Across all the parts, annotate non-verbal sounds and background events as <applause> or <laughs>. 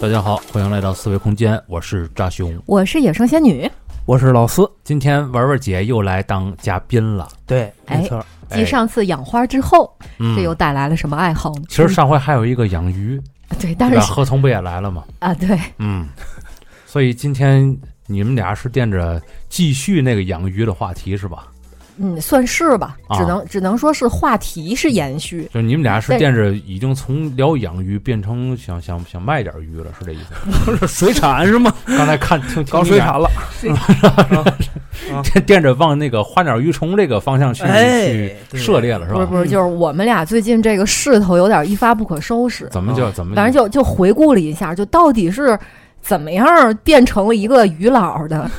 大家好，欢迎来到思维空间，我是扎熊，我是野生仙女，我是老四，今天文文姐又来当嘉宾了。对，没错，哎继上次养花之后，这嗯，又带来了什么爱好呢？其实上回还有一个养鱼，嗯对，但对是吧？何从不也来了吗？啊，对， <laughs> 嗯，所以今天你们俩是惦着继续那个养鱼的话题是吧？嗯，算是吧，啊只能只能说是话题是延续。就你们俩是对惦着已经从聊养鱼变成想想想卖点鱼了，是这意思吗？ <laughs> 水产是吗？刚才看听搞听水产了， <laughs> 你俩惦着往那个花鸟鱼虫这个方向去、哎，去对涉猎了是不是吧？嗯不是，就是我们俩最近这个势头有点一发不可收拾。怎么叫怎么？哦反正就就回顾了一下，就到底是怎么样变成了一个鱼佬的？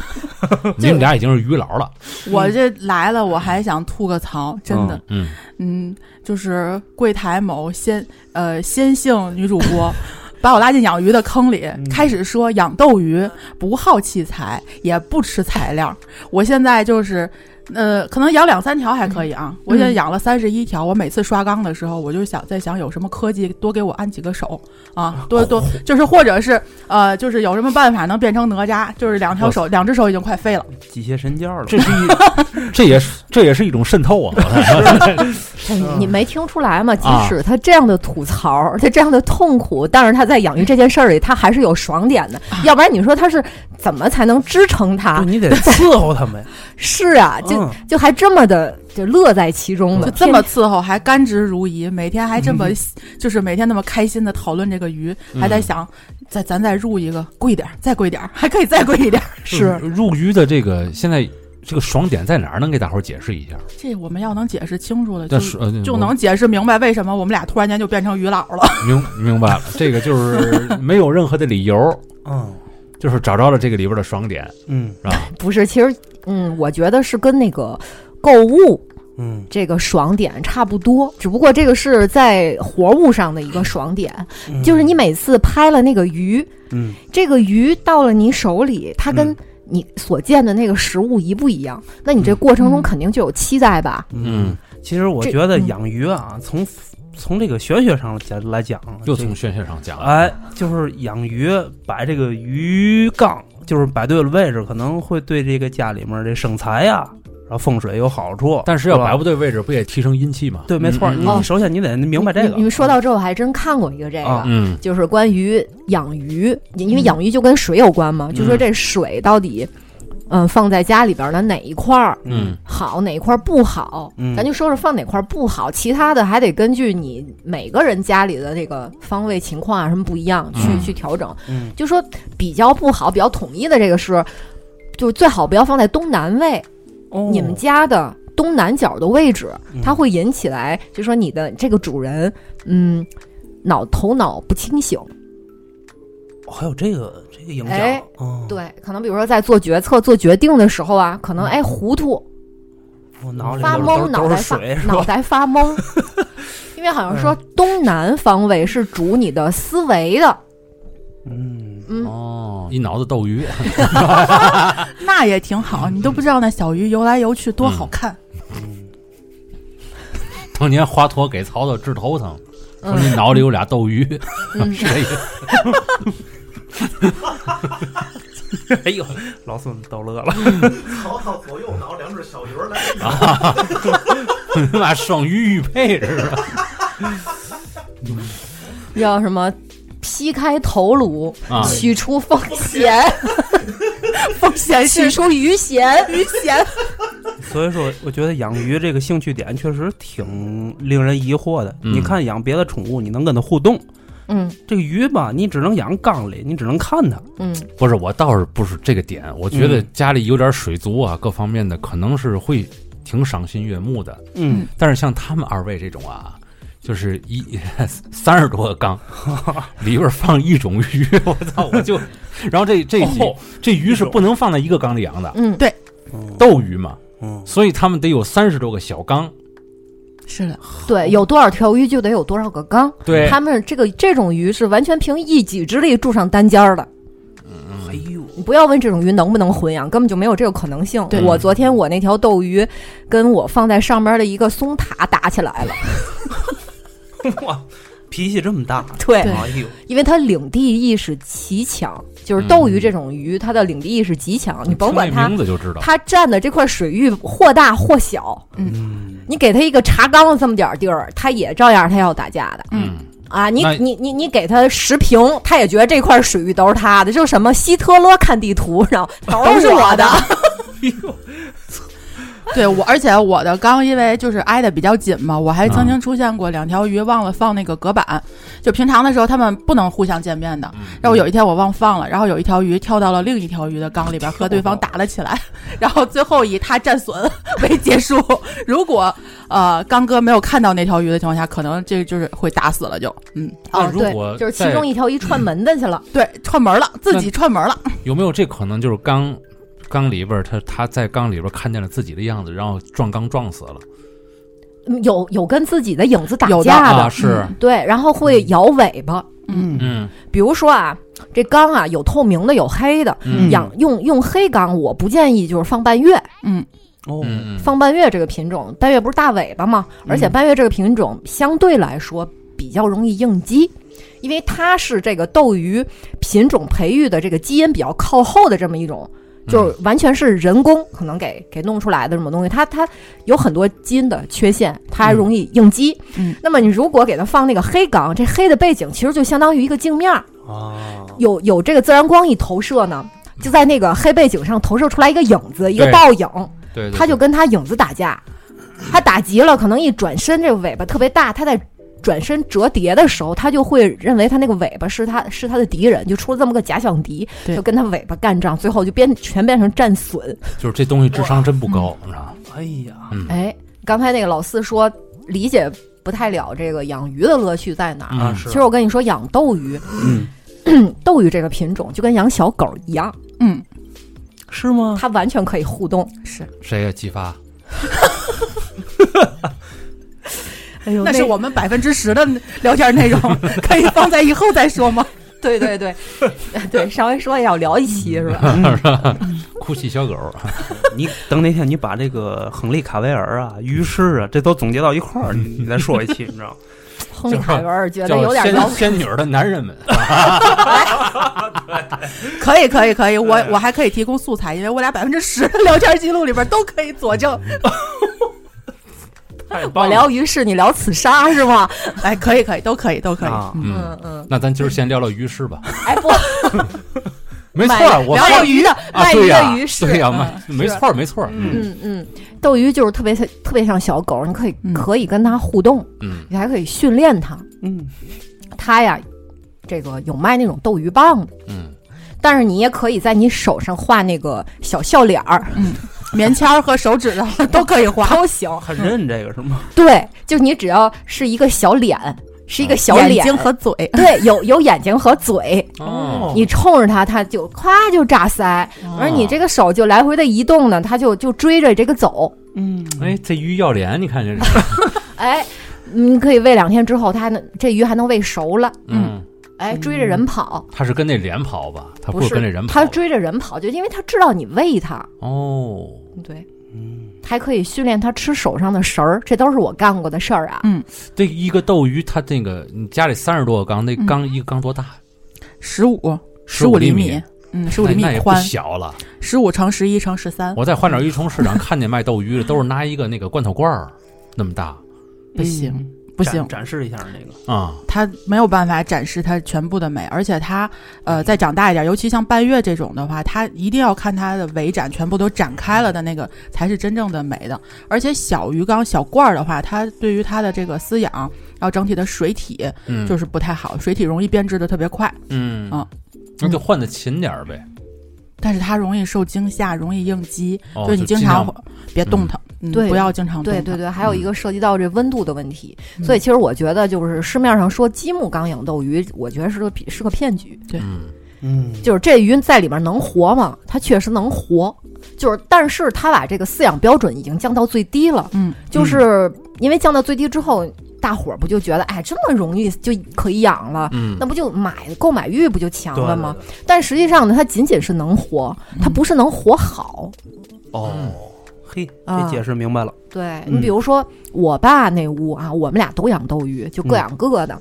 你们俩已经是鱼佬了，我这来了，我还想吐个槽，真的， <laughs> 嗯。嗯，就是柜台某先呃先姓女主播。把我拉进养鱼的坑里，开始说养斗鱼不耗器材，也不吃材料。我现在就是，呃，可能养两三条还可以啊。我现在养了三十一条，我每次刷缸的时候，我就想在想有什么科技多给我按几个手啊，多多就是或者是呃，就是有什么办法能变成哪吒，就是两条手两只手已经快废了。机械神教了，这是一，这也是这也是一种渗透 <laughs> 啊！哎你你没听出来吗？即啊使他这样的吐槽，他这样的痛苦，但是他在养鱼这件事儿里，他还是有爽点的。啊要不然你说他是怎么才能支撑不他？你得伺候他 <laughs> 们，是啊，就嗯就还这么的就乐在其中的，就呃这么伺候，还甘之如饴，每天还这么，就是每天那么开心的讨论这个鱼，还在想，再咱再入一个贵点儿，再贵点儿，还可以再贵一点儿。 <laughs> 是 <laughs> 入鱼的这个现在这个爽点在哪儿？能给大伙儿解释一下？这我们要能解释清楚了，就但是呃就我能解释明白为什么我们俩突然间就变成鱼佬了。明明白了，这个就是没有任何的理由，嗯就是找着了这个里边的爽点。嗯不是？其实，嗯，我觉得是跟那个购物嗯，这个爽点差不多，只不过这个是在活物上的一个爽点，嗯就是你每次拍了那个鱼，嗯这个鱼到了你手里，它跟嗯你所见的那个食物一不一样？那你这过程中肯定就有期待吧？嗯，，其实我这觉得嗯养鱼啊，从从这个玄学上讲来讲，又这从玄学上讲了，哎，就是养鱼，摆这个鱼缸，就是摆对了位置，可能会对这个家里面这生财呀、然后风水有好处。但是要吧摆不对位置，不也提升阴气吗？对，没错，嗯你哦你首先你得明白这你个。嗯你们说到这，我还真看过一个这个。啊嗯，就是关于养鱼，因因为嗯养鱼就跟水有关嘛，就说嗯这水到底，嗯，放在家里边儿的哪一块哦啊儿嗯好，哪一块儿不好，嗯咱就说说放哪块儿不好，其他的还得根据你每个人家里的这个方位情况啊什么不一样去、嗯去调整。嗯就说比较不好、比较统一的这个是，就最好不要放在东南位，哦你们家的东南角的位置，嗯它会引起来，就说你的这个主人，嗯，脑头脑不清醒。哦还有这个这个影响哎，哦，对，可能比如说在做决策、做决定的时候啊，可能哎糊涂、我脑里发都懵，嗯是脑都袋是发水是脑吧？袋发懵， <laughs> 因为好像说东南方位是主你的思维的，嗯， <laughs> 嗯，哦，一脑子斗鱼，那也挺好，你都不知道那小鱼游来游去多好看。当年华佗给曹操治头疼，说你嗯脑里有俩斗鱼， <laughs> 嗯是这意思。哎呦，老孙逗乐了，曹操左右挠两只小鱼儿来，他妈双鱼玉佩似的，要什么劈开头颅，啊取出风弦，风险取是出鱼弦，鱼弦。 <laughs> 所以说我觉得养鱼这个兴趣点确实挺令人疑惑的。嗯你看养别的宠物，你能跟它互动，嗯这个鱼吧，你只能养缸里，你只能看它。嗯，不是，我倒是不是这个点，我觉得嗯家里有点水族啊，各方面的可能是会挺赏心悦目的。嗯，但是像他们二位这种啊，就是一 <laughs> 三十多个缸， <laughs> 里边放一种鱼， <laughs> 我操，我就，然后这这几、哦这鱼是不能放在一个缸里养的，嗯，对嗯斗鱼嘛，嗯，所以他们得有三十多个小缸。是的，对，有多少条鱼就得有多少个缸。对他们这个这种鱼是完全凭一己之力住上单间儿的。哎呦，你不要问这种鱼能不能混养，根本就没有这个可能性对。我昨天我那条斗鱼， <laughs> 嗯跟我放在上边的一个松塔打起来了， <laughs> 哇，脾气这么大，对哎呦，因为它领地意识极强，就是斗鱼这种鱼，它的领地意识极强，你甭嗯管听这它名字就知道，它占的这块水域或大或小，嗯，你给它一个茶缸这么点儿地儿，它也照样它要打架的嗯，啊！你那你你你给它十平，它也觉得这块水域都是它的，就是什么希特勒看地图，然后都是我的，对我，而且我的缸因为就是挨得比较紧嘛，我还曾经出现过两条鱼忘了放那个隔板，就平常的时候它们不能互相见面嗯的。然后有一天我忘放了，然后有一条鱼跳到了另一条鱼的缸里边，和对方打了起来， <laughs> 然后最后以它战损为结束。如果呃刚哥没有看到那条鱼的情况下，可能这就是会打死了就，嗯，那哦，如对果，就是其在中一条鱼串门的去了， <clears throat> 对，串门了，自己串门了，有没有这可能就是缸缸里边儿他他在缸里边儿看见了自己的样子，然后撞缸撞死了嗯有有跟自己的影子打有的架啊？的，是，对，然后会摇尾巴，嗯嗯比如说啊，这缸啊有透明的，有黑的，嗯养用用黑缸，我不建议就是放半月，嗯，哦，嗯，放半月这个品种，半月不是大尾巴吗？而且半月这个品种相对来说比较容易应激，因为它是这个斗鱼品种培育的这个基因比较靠后的这么一种。就是完全是人工可能给给弄出来的这种东西，它它有很多基因的缺陷，它还容易应激。嗯那么你如果给它放那个黑缸，这黑的背景其实就相当于一个镜面儿，啊，有有这个自然光一投射呢，就在那个黑背景上投射出来一个影子，一个对倒影，对，对他就跟他影子打架，他打急了，可能一转身，这个尾巴特别大，他在转身折叠的时候，他就会认为他那个尾巴是他是他的敌人，就出了这么个假想敌，对就跟他尾巴干仗，最后就变全变成战损。就是这东西智商真不高，嗯你知道吗？哎呀，嗯哎，刚才那个老四说理解不太了这个养鱼的乐趣在哪儿。嗯啊啊是，其实我跟你说，养斗鱼，嗯， <clears throat> 斗鱼这个品种就跟养小狗一样，嗯，是吗？它完全可以互动。是，谁呀？激发哎呦那是我们百分之十的聊 <laughs> 天内容，可以放在以后再说吗？对对 <laughs> 对，对，上回说要聊一期嗯 <laughs> 是吧？哭泣小狗，你等哪天你把这个亨利·卡维尔啊、于适啊，这都总结到一块儿，你你再说一期，你知道吗？亨利·凯维尔觉得有叫点仙 <laughs> 聊，仙女儿的男 <laughs> 人们，可以，可以，可以，我我还可以提供素材，因为我俩百分之十的聊天记录里边都可以佐证。太我棒了聊于是你聊此杀是吗？哎，可以，可以，都可以，都可以。啊！嗯嗯。嗯，那咱今儿先聊聊鱼市吧，哎不， <laughs> 没错买儿，我聊聊说鱼的啊，卖对鱼呀的鱼，是对呀，嗯卖没错儿，没错儿，嗯嗯嗯，斗鱼就是特别像特别像小狗，你可以嗯可以跟它互动，嗯你还可以训练它。 <laughs> 嗯，它呀，这个有卖那种斗鱼棒的，嗯，但是你也可以在你手上画那个小笑脸儿， <laughs> 棉签儿和手指头都可以 <laughs> 画，都行。很认这个是吗？对，就是你只要是一个小脸，是一个小脸，眼睛和嘴。 <laughs> 对，有有眼睛和嘴，哦，你冲着它，它就咵就炸腮，而你这个手就来回的移动呢，它就就追着这个走，嗯，哎，这鱼要脸，你看这 <laughs> 是，哎。你可以喂两天之后，它还能这鱼还能喂熟了，嗯，哎，追着人跑，它是跟那脸跑吧？嗯它不会是跟那人跑它追着人跑，就因为它知道你喂它，哦，对，嗯，还可以训练它吃手上的食儿，这都是我干过的事儿啊。这一个斗鱼，它那个你家里三十多个缸，嗯那缸一个缸多大呀？十五，十15五厘米米，嗯，十五厘米那那也不宽，小了。十五乘十一乘十三，我在换鸟鱼虫市场看见卖斗鱼的，都是拿一个那个罐头罐儿那么大不行嗯，不展行，展示一下那个，嗯啊。它没有办法展示它全部的美，而且它呃再长大一点，尤其像半月这种的话，它一定要看它的尾展全部都展开了的那个才是真正的美的。而且小鱼缸、小罐儿的话，它对于它的这个饲养，然后整体的水体嗯，就是是不太好，水体容易变质的特别快，嗯啊，那就换的勤点儿呗。但是它容易受惊吓，容易应激，哦就你就经尽常量会别动它，嗯对不要经常动对它。对对，还有一个涉及到这温度的问题，嗯所以其实我觉得就是市面上说积木缸养斗鱼，我觉得是个骗是个骗局。嗯嗯就是这鱼在里面能活吗？它确实能活，就是但是它把这个饲养标准已经降到最低了，嗯，就是因为降到最低之后，大伙儿不就觉得哎这么容易就可以养了，嗯，那不就买购买欲不就强对了对吗？对但实际上呢，它仅仅是能活，它嗯不是能活好。哦，嘿，啊这解释明白了。对嗯你比如说我爸那屋啊，我们俩都养斗鱼，就各养各的，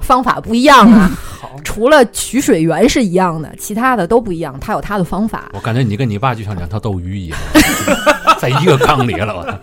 方法不一样啊。好， <laughs> 除了取水源是一样的，其他的都不一样，他有他的方法。我感觉你跟你爸就像两条斗鱼一 <laughs> 样，在一个缸里了。我操！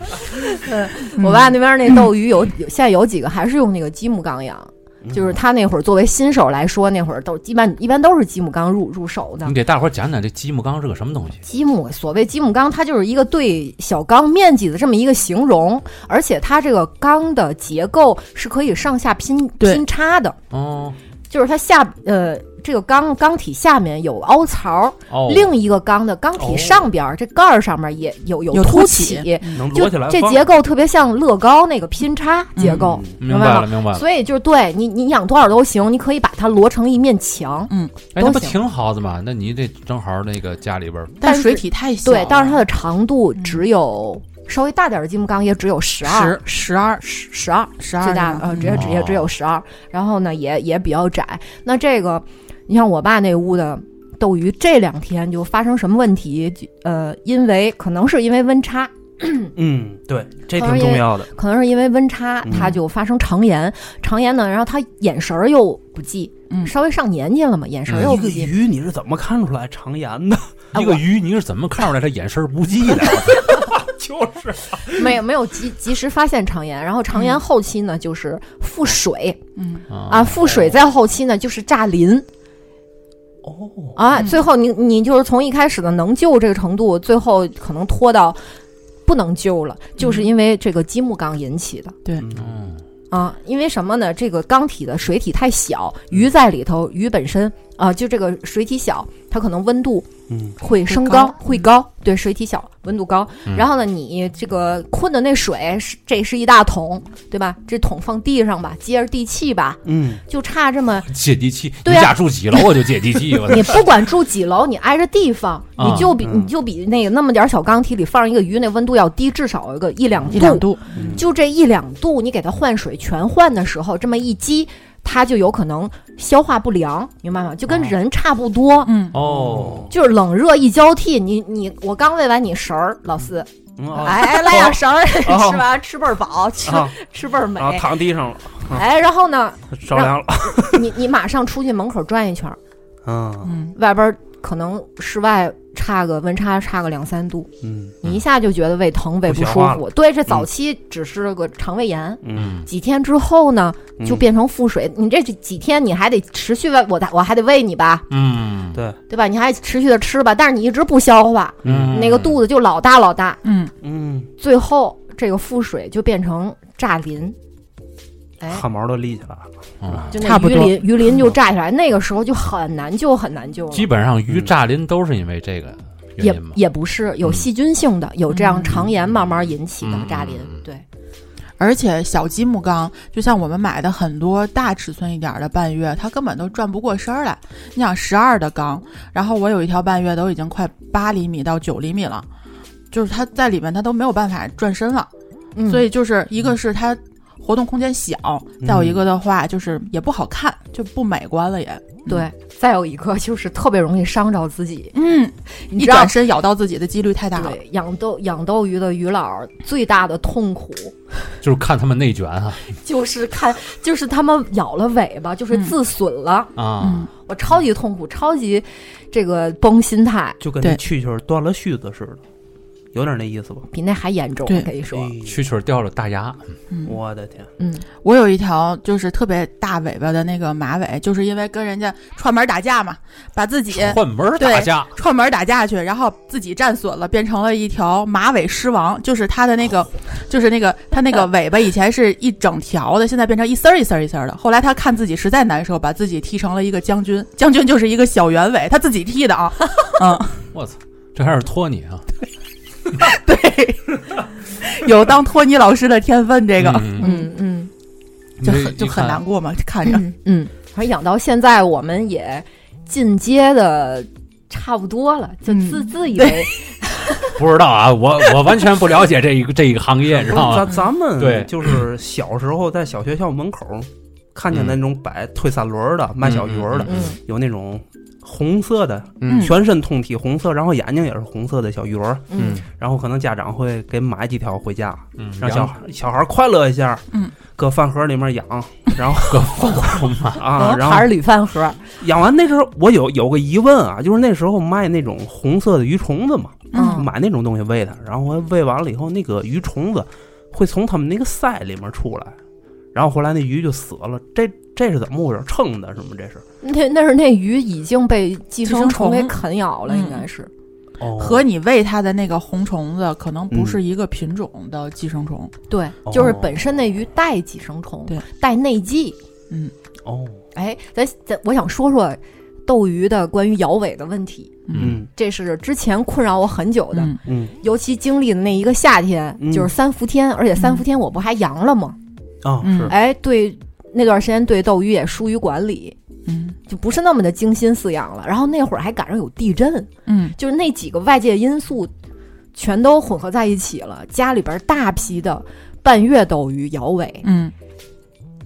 我嗯爸那边那斗鱼有有现在有几个还是用那个积木缸养，就是他那会儿作为新手来说，那会儿都一般一般都是积木缸入入手的你。给大伙儿讲讲这积木缸是个什么东西？积木，所谓积木缸，它就是一个对小缸面积的这么一个形容，而且它这个缸的结构是可以上下拼对拼插的，哦就是它下呃这个缸缸体下面有凹槽，哦，另一个缸的缸体上边、这盖儿上面也有有有凸凸起能就摞起来这放结构特别像乐高那个拼插结构。明白了明白了。所以就是对你，你养多少都行，你可以把它摞成一面墙，哎，那不都行挺好的嘛？那你这正好那个家里边儿但但是水体太小了，对，但是它的长度只有、稍微大点儿的积木缸也只有十二，十十二十十二十二最大的，呃，嗯直接直接只哦有十二，然后呢也也比较窄。那这个，你像我爸那屋的斗鱼，这两天就发生什么问题？就呃，因为可能是因为温差，嗯，对，这当挺然重也要的。可能是因为温差，嗯它就发生肠炎。肠炎呢，然后他眼神儿又不济，嗯稍微上年纪了嘛，眼神儿又嗯一不个济。鱼你是怎么看出来肠炎的？啊一个鱼，你是怎么看出来它眼神儿不济的？ <laughs> 就是没有没有及及时发现肠炎，然后肠嗯炎后期呢就是腹水嗯，啊，腹水在后期呢就是炸鳞哦，啊，嗯最后你你就是从一开始的能救这个程度，最后可能拖到不能救了，就是因为这个积木缸引起的。对，嗯嗯，啊，因为什么呢？这个缸体的水体太小，鱼在里头，鱼本身啊，就这个水体小，它可能温度嗯，会升会高嗯高，会高，对，水体小，温度高。嗯然后呢，你这个困的那水是这是一大桶，对吧？这桶放地上吧，接着地气吧，嗯，就差这么。借地气，你对啊家住几楼我就借地气， <laughs> 我操你不管住几楼，你挨着地方，啊你就比嗯你就比那个那么点儿小缸体里放一个鱼，那温度要低至少有个一两一两度。度，嗯就这一两度，你给它换水全换的时候，这么一激，它就有可能消化不良，明白吗？就跟哦人差不多。啊嗯，哦，就是冷热一交替，你你我刚喂完你食儿，老四，嗯啊哎 <laughs> 哎来点食儿，<laughs> 哦吃完吃倍儿饱，吃啊吃倍儿美。啊，躺地上了，哎，然后呢，着凉了。你 <laughs> 你马上出去门口转一圈儿，嗯嗯，外边儿可能室外差个温差差个两三度，嗯你一下就觉得胃疼、胃不不消舒化服。对，这早期只是个肠胃炎，嗯，嗯，几天之后呢，就嗯变成腹水。你这几几天你还得持续喂我，我还得喂你吧，嗯，对，对吧？你还持续的吃吧，但是你一直不消化，嗯你那个肚子就老大老大。嗯，嗯，最后这个腹水就变成炸鳞，哎，汗毛都立起来了。嗯就那差不鱼多鳞鱼鳞就炸起来，那个时候就很难救，很难救了。基本上鱼炸鳞都是因为这个原也因嘛。也不是有细菌性的，有这样肠炎慢慢引起的嗯炸鳞嗯嗯，嗯对，而且小积木缸，就像我们买的很多大尺寸一点儿的半月，它根本都转不过身儿来。你想十二的缸，然后我有一条半月都已经快八厘米到九厘米了，就是它在里面它都没有办法转身了。嗯所以就是一个是它活动空间小，再有一个的话就是也不好看，就不美观了也。对。再有一个就是特别容易伤着自己，嗯，你一知道转。身咬到自己的几率太大了。对，养斗养斗鱼的鱼老最大的痛苦就是看他们内卷啊就是看，就是他们咬了尾巴，就是嗯自损了。啊嗯，我超级痛苦，超级这个崩心态，就跟对那蛐蛐儿断了须子似的，有点那意思吧？比那还严重。对我跟你说，哎蛐蛐儿掉了大牙，嗯，我的天，嗯，我有一条就是特别大尾巴的那个马尾，就是因为跟人家串门打架嘛，把自己串门儿打架，串门打架去，然后自己战损了，变成了一条马尾狮王，就是它的那个，就是那个它那个尾巴以前是一整条的，现在变成一丝儿一丝儿一丝儿的。后来他看自己实在难受，把自己剃成了一个将军，将军就是一个小圆尾，他自己剃的啊。嗯，我操，这还是托你啊！对，有当托尼老师的天分，这个、嗯 <laughs> 嗯嗯你就这很一就很看难过嘛，看着。嗯嗯，反正养到现在，我们也进阶的差不多了，就嗯自自以 <laughs> 为不知道啊，我我完全不了解这一个这 <laughs> 一个行业，知道咱吗？咱们对就是小时候在小学校门口看见那种摆推三轮儿的、卖小鱼儿的嗯，嗯有那种红色的，嗯全身通体红色，然后眼睛也是红色的小鱼儿。嗯然后可能家长会给买几条回家，嗯，让小孩小孩快乐一下。嗯，搁饭盒里面养，嗯然后个疯嘛，啊，然后还是铝饭盒，养完那时候，我有有个疑问啊，就是那时候卖那种红色的鱼虫子嘛，嗯买那种东西喂它，然后我喂完了以后，那个鱼虫子会从它们那个鳃里面出来，然后后来那鱼就死了，这这是怎么回事？撑的什么？这是那那是那鱼已经被寄生虫嗯给啃咬了，寄应生虫该是。哦和你喂它的那个红虫子可能不嗯是一个品种的寄生虫，对哦，就是本身那鱼带寄生虫，对，带内寄。哦，哎，咱咱我想说说斗鱼的关于摇尾的问题，嗯嗯这是之前困扰我很久的，嗯嗯尤其经历的那一个夏天，嗯就是三伏天，而且三伏天我不还阳了吗？啊嗯是哎，对，那段时间对斗鱼也疏于管理，嗯就不是那么的精心饲养了。然后那会儿还赶上有地震，嗯就是那几个外界因素全都混合在一起了，家里边大批的半月斗鱼摇尾，嗯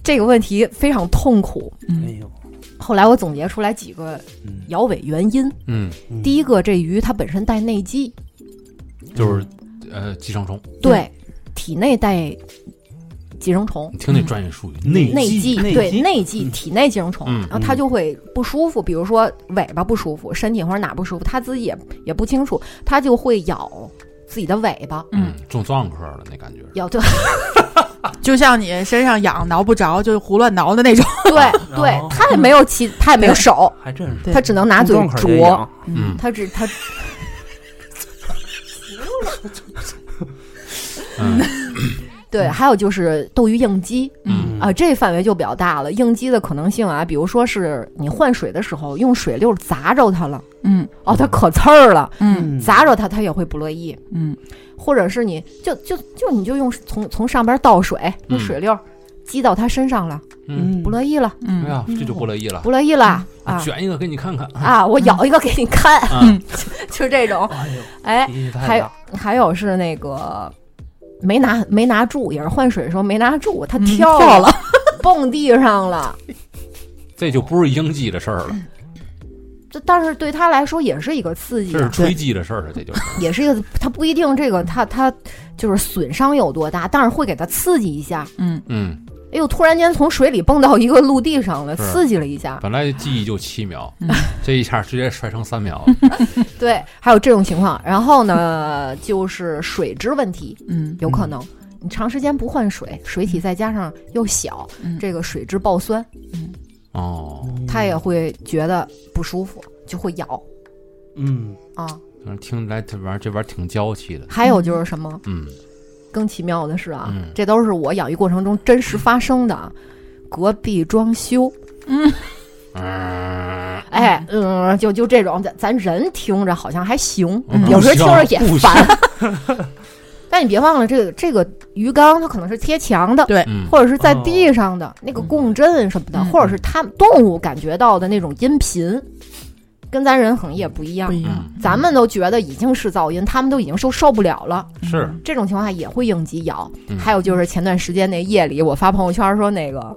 这个问题非常痛苦。哎嗯呦，后来我总结出来几个嗯摇尾原因，嗯， <laughs> 嗯第一个这鱼它本身带内寄，就是呃寄生虫，对，体内带寄生虫。你听那专业术语，嗯内内寄寄内对寄内寄嗯体内寄生虫，嗯然后它嗯就会不舒服，比如说尾巴不舒服，身体或者哪不舒服，它自己也也不清楚，它就会咬自己的尾巴，嗯中脏科了那感觉，咬对就像你身上痒挠不着就胡乱挠的那种，对对哦，它也没有其它也没有手，还真是对它只能拿嘴中断口也啄，养嗯它只它嗯对，还有就是斗鱼应激嗯啊，这范围就比较大了。应激的可能性啊，比如说是你换水的时候用水溜砸着它了，嗯哦，它可刺儿了，嗯砸着它它也会不乐意，嗯或者是你就就就你就用从从上边倒水，用嗯水溜激到它身上了，嗯，不乐意了，哎嗯，呀，这就不乐意了不，乐意了啊卷一个给你看看，啊！我咬一个给你看， <laughs> 嗯就这种，哎呦，哎，脾气太还有大，还有是那个没拿没拿住，也是换水的时候没拿住，它嗯跳跳了， <laughs> 蹦地上了。这就不是应激的事儿了，这但是对他来说也是一个刺激这是啊，吹激的事儿了，这就是也是一个他不一定这个他他就是损伤有多大，但是会给他刺激一下。嗯嗯，哎呦，突然间从水里蹦到一个陆地上了，是刺激了一下。本来记忆就七秒嗯，这一下直接摔成三秒了，对，还有这种情况。然后呢，就是水质问题，嗯有可能你长时间不换水，水体再加上又小，嗯这个水质爆酸，哦，他也会觉得不舒服，就会咬嗯啊。反正听起来这玩意儿这玩意儿挺娇气的，还有就是什么嗯更奇妙的是啊，嗯这都是我养育过程中真实发生的啊。隔壁装修，嗯，哎，嗯，就就这种，咱咱人听着好像还行，嗯有时候听着不行也烦。 <laughs> 但你别忘了，这个这个鱼缸它可能是贴墙的，嗯，或者是在地上的、那个共振什么的，嗯或者是它们动物感觉到的那种音频，跟咱人可能也不一样。不一样，嗯咱们都觉得已经是噪音，他们都已经受受不了了。是这种情况下也会应激咬。嗯还有就是前段时间那夜里，我发朋友圈说那个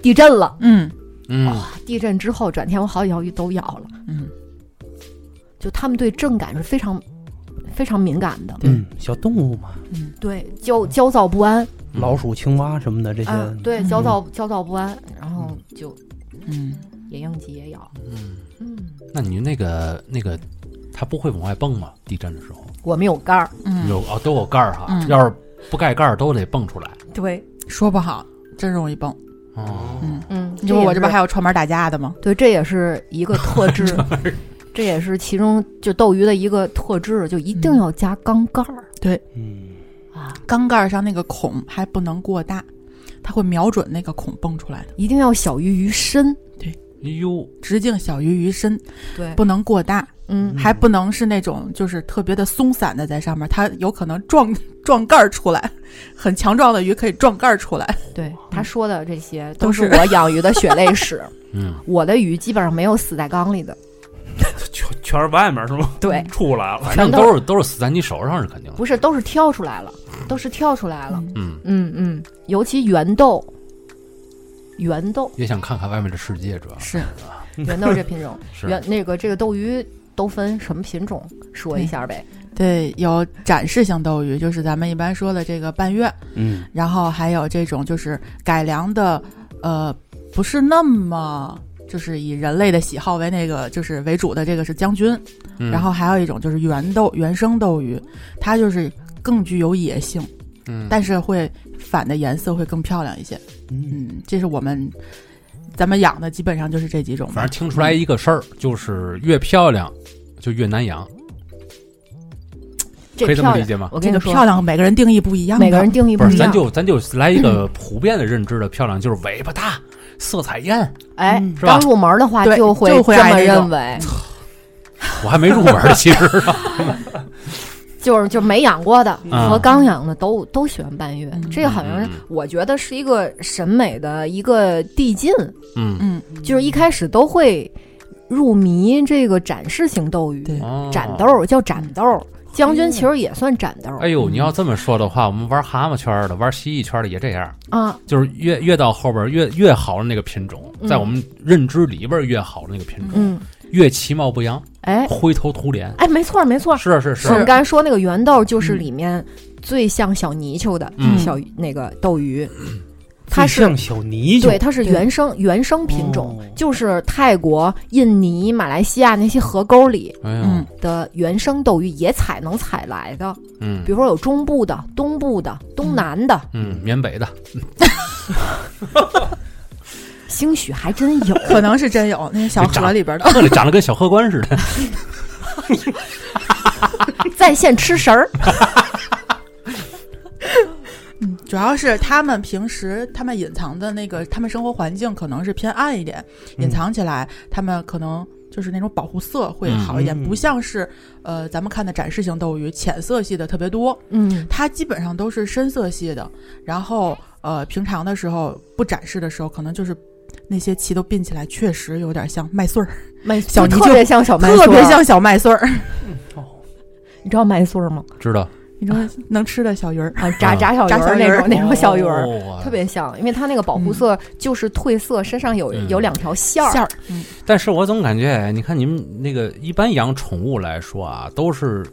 地震了，嗯嗯地震之后转天我好几条鱼都咬了。嗯就他们对震感是非常非常敏感的，嗯，小动物嘛，对焦焦躁不安嗯老鼠、青蛙什么的这些，啊，对嗯焦躁焦躁不安，然后就嗯也应激也咬。嗯，嗯，那你那个那个，它不会往外蹦吗？地震的时候我们有杆儿，嗯，有哦，都有盖儿哈，嗯要是不盖盖儿都得蹦出来。对，说不好，真容易蹦。哦，嗯，嗯，你说我这不边还有串门打架的吗？对，这也是一个特质，这也是其中就斗鱼的一个特质，就一定要加钢杆儿嗯，啊，缸盖上那个孔还不能过大，它会瞄准那个孔蹦出来的，一定要小于鱼身，哎呦，直径小于鱼身，对，不能过大，嗯，还不能是那种就是特别的松散的在上面，它有可能撞撞盖儿出来，很强壮的鱼可以撞盖儿出来。对，他说的这些都都是是我养鱼的血泪史， <laughs> 嗯，我的鱼基本上没有死在缸里的，全全是外面是吗？ <laughs> 对，出来了，反正全都是都是死在你手上是肯定的。不是，都是跳出来了，都是跳出来了。嗯，嗯嗯，尤其圆豆，圆豆， <laughs> 也想看看外面的世界，主要是，圆豆这品种， <laughs> 是圆那个这个斗鱼都分什么品种？说一下呗。嗯对，有展示性斗鱼，就是咱们一般说的这个半月，嗯，然后还有这种就是改良的，呃，不是那么就是以人类的喜好为那个就是为主的这个是将军，嗯然后还有一种就是原斗原生斗鱼，它就是更具有野性，嗯但是会反的颜色会更漂亮一些。嗯嗯，这是我们咱们养的基本上就是这几种吧，反正听出来一个事儿，就是越漂亮就越难养，这可以这么漂理亮，解吗？我跟这你个说，漂亮每个人定义不一样的，每个人定义不是，一咱样。就咱就来一个普遍的认知的漂亮，就是尾巴大、色彩艳。哎嗯，是吧刚入门的话对就会就会这么爱这种认 <laughs> 为，我还没入门儿，其实啊就是就没养过的嗯和刚养的都都喜欢半月嗯，这个好像嗯是嗯我觉得是一个审美的一个递进，嗯，嗯，就是一开始都会入迷这个展示型斗鱼，对哦展豆。儿叫展豆儿，将军其实也算展豆儿哎呦，你要这么说的话，我们玩蛤蟆圈儿的、玩蜥蜴圈儿的也这样，啊，就是越越到后边儿越越好的那个品种，嗯在我们认知里边儿越好的那个品种，嗯，越其貌不扬，哎灰头土脸。哎，没错儿没错儿，是啊是啊是我啊，们刚才说那个圆豆儿就是里面最像小泥鳅的嗯小那个斗鱼，它最是像小泥鳅对，，它是对原生原生品种哦，就是泰国、印尼、马来西亚那些河沟里哎呦，嗯的原生斗鱼，野采能采来的，嗯比如说有中部的、东部的、东南的，嗯，缅北的， <laughs> 兴许还真有。可能是真有那个小河里边的，这里长得跟小荷官似的。啊在线吃食儿，主要是他们平时他们隐藏的那个，他们生活环境可能是偏暗一点，嗯隐藏起来，他们可能就是那种保护色会好一点，嗯不像是呃咱们看的展示型斗鱼，浅色系的特别多，嗯，它基本上都是深色系的，然后呃平常的时候不展示的时候，可能就是那些鳍都并起来，确实有点像麦穗儿，麦小泥特别像小麦穗儿，啊特别像小 <laughs> 麦穗儿，哦你知道麦穗儿吗？知道你说能吃的小鱼儿，啊，炸嗯炸小鱼炸儿小鱼那儿种 <laughs> 那种小鱼儿，哦特别像，因为它那个保护色就是褪色，身上有嗯有两条线儿。馅儿，嗯，但是我总感觉，你看你们那个一般养宠物来说啊，都是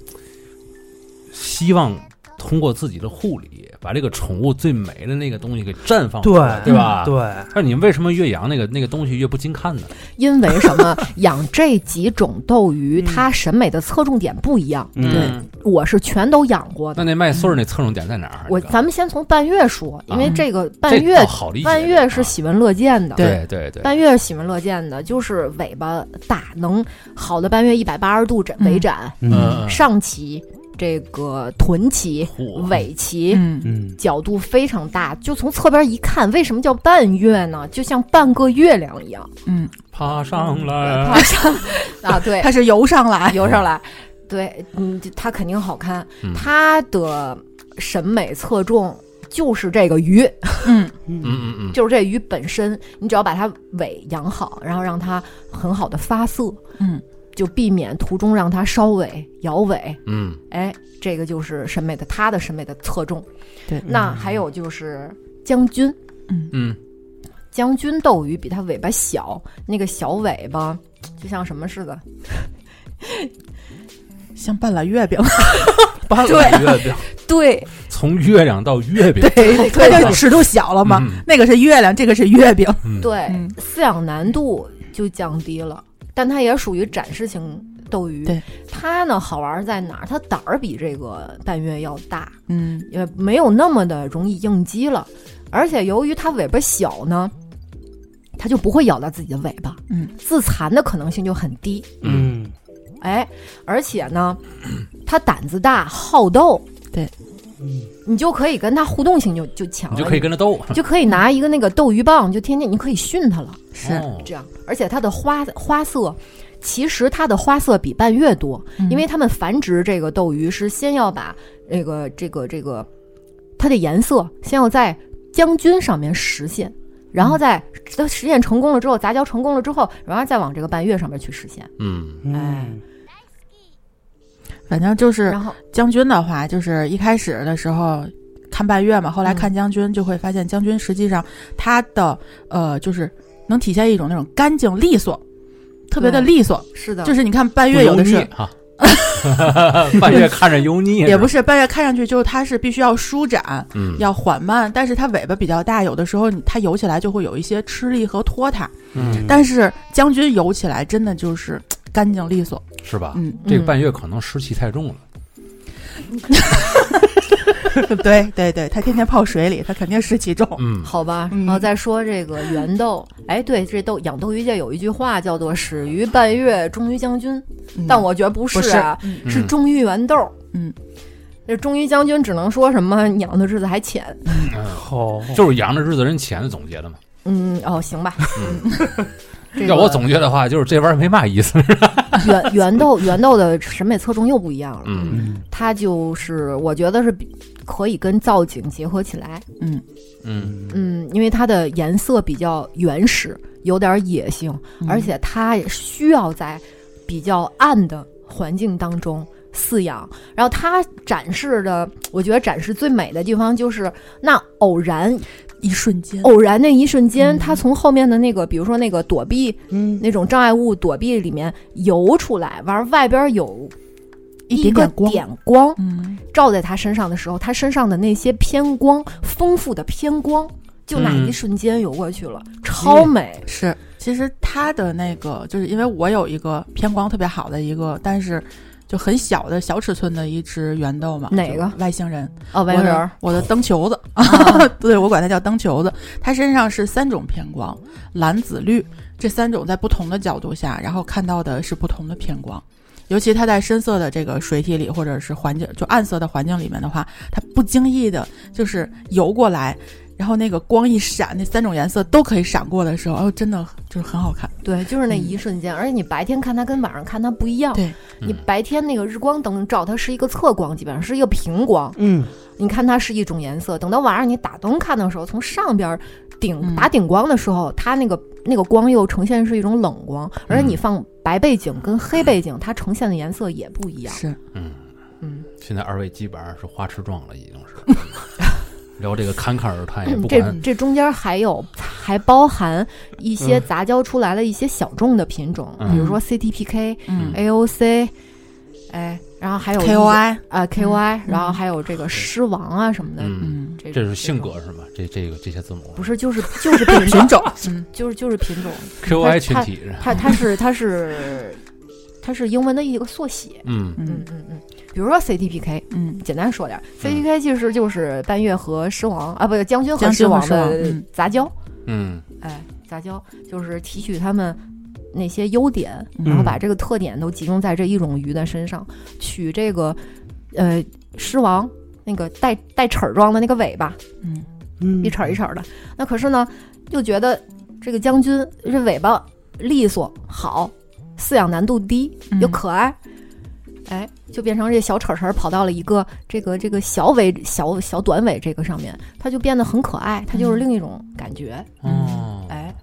希望通过自己的护理，把这个宠物最美的那个东西给绽放出来，对嗯对吧？对，但是你们为什么越养那个那个东西越不经看呢？因为什么？ <laughs> 养这几种斗鱼，嗯它审美的侧重点不一样。嗯对，我是全都养过那的。那麦穗儿那侧重点在哪儿？啊我这个咱们先从半月说，因为啊这个这半倒月好理解，半月是啊喜闻乐见的。对对对，半月是喜闻乐见的，就是尾巴大，能好的半月一百八十度展嗯尾展，嗯嗯上鳍、这个臀鳍、嚯尾鳍，嗯嗯角度非常大，就从侧边一看，为什么叫半月呢？就像半个月亮一样，嗯，爬上嗯爬来，上 <laughs> 啊，对，它是游上来，游上来，对，嗯，它肯定好看嗯，它的审美侧重。就是这个鱼，嗯嗯嗯嗯嗯，就是这鱼本身，你只要把它尾养好，然后让它很好的发色，嗯，就避免途中让它烧尾、摇尾，嗯哎，这个就是审美的它的审美的侧重。对那还有就是将军，嗯将军斗鱼比它尾巴小，那个小尾巴就像什么似的，像半拉 <laughs> 月饼，搬对了月饼，对从月亮到月饼，对它就对尺度小了嘛。嗯那个是月亮，这个是月饼。嗯对嗯，饲养难度就降低了，但它也属于展示型斗鱼。对它呢好玩在哪儿？它胆儿比这个半月要大，嗯也没有那么的容易应激了，而且由于它尾巴小呢。它就不会咬到自己的尾巴，嗯，自残的可能性就很低，嗯嗯哎，而且呢， <clears throat> 它胆子大，好斗，嗯你就可以跟它互动性就就强了，你就可以跟着斗，你就可以拿一个那个斗鱼棒，你就天天你可以训它了，是哦这样。而且它的花花色，其实它的花色比半月多，嗯因为它们繁殖这个斗鱼是先要把这个这个这个它的颜色先要在将军上面实现。然后在嗯它实验成功了之后，杂交成功了之后，然后再往这个半月上面去实现。嗯哎嗯反正就是然后将军的话，就是一开始的时候看半月嘛，后来看将军就会发现，将军实际上它的呃，就是能体现一种那种干净利索，特别的利索。是的，就是你看半不月有油的腻是，哈，半月看着油腻，也不是，是半月看上去就是它是必须要舒展，嗯，要缓慢，但是它尾巴比较大，有的时候你它游起来就会有一些吃力和拖沓。嗯，但是将军游起来真的就是嘖干净利索，是吧？嗯，这个半月可能湿气太重了，对对对，他天天泡水里，他肯定湿气重。嗯，好吧，嗯然后再说这个圆 <laughs> 豆，哎，对，这豆养斗鱼界有一句话叫做“始于半月，终于将军”，嗯但我觉得不是啊，嗯是终于圆豆。嗯，这终于将军只能说什么养的日子还浅。哦，就是养着日子人前的总结的嘛。嗯，哦，行吧。嗯 <laughs> 这个要我总结的话，就是这玩意儿没嘛意思。圆圆豆圆豆的审美侧重又不一样了，嗯，嗯它就是我觉得是比可以跟造景结合起来。嗯，嗯，嗯，因为它的颜色比较原始，有点野性，嗯而且它也需要在比较暗的环境当中饲养。然后它展示的，我觉得展示最美的地方就是那偶然一瞬间，偶然那一瞬间，嗯它从后面的那个，比如说那个躲避嗯，那种障碍物躲避里面游出来，完外边有一一点个点光，点光嗯，照在他身上的时候，他身上的那些偏光，丰富的偏光，就那嗯一瞬间游过去了，嗯超美。是。其实他的那个，就是因为我有一个偏光特别好的一个，但是就很小的小尺寸的一只圆豆嘛，哪个就外星人？哦，我外人啊的我的灯球子， <laughs> 对我管它叫灯球子。它身上是三种偏光，蓝、紫、绿这三种在不同的角度下，然后看到的是不同的偏光。尤其它在深色的这个水体里，或者是环境就暗色的环境里面的话，它不经意的就是游过来，然后那个光一闪，那三种颜色都可以闪过的时候，哦，真的就是很好看。对，就是那一瞬间，而且你白天看它跟晚上看它不一样。嗯对嗯你白天那个日光灯照它是一个侧光，基本上是一个平光，嗯，你看它是一种颜色。等到晚上你打灯看的时候，从上边顶、嗯打顶光的时候，它那个那个光又呈现是一种冷光，而嗯且你放白背景跟黑背景，它呈现的颜色也不一样。是，嗯。现在二位基本上是花痴状了，已经是 <laughs> 聊这个侃侃而谈，也哎不嗯这管这中间还有还包含一些杂交出来了一些小众的品种，嗯比如说 CTPK、嗯嗯 AOC，哎，然后还有一些，KOI，啊 KY，、嗯然后还有这个狮王啊什么的，嗯，嗯，这这种是性格是吗？这这个这些字母不是就是就是品品种，种，嗯，就是就是品种， QI 群体，它它是它是它是英文的一个缩写，嗯嗯嗯嗯嗯，比如说 CTPK。嗯简单说点儿嗯，CTPK 其实就是半月和狮王啊，不将军和将狮军和王狮王的嗯杂交，嗯哎，杂交就是提取他们那些优点，嗯然后把这个特点都集中在这一种鱼的身上。取这个，呃，狮王那个带带齿儿状的那个尾巴，嗯，嗯一齿儿一齿儿的。那可是呢，又觉得这个将军这尾巴利索好，饲养难度低嗯又可爱。哎，就变成这小齿齿儿跑到了一个这个这个小尾小小短尾这个上面，它就变得很可爱，它就是嗯另一种感觉。哦，哎，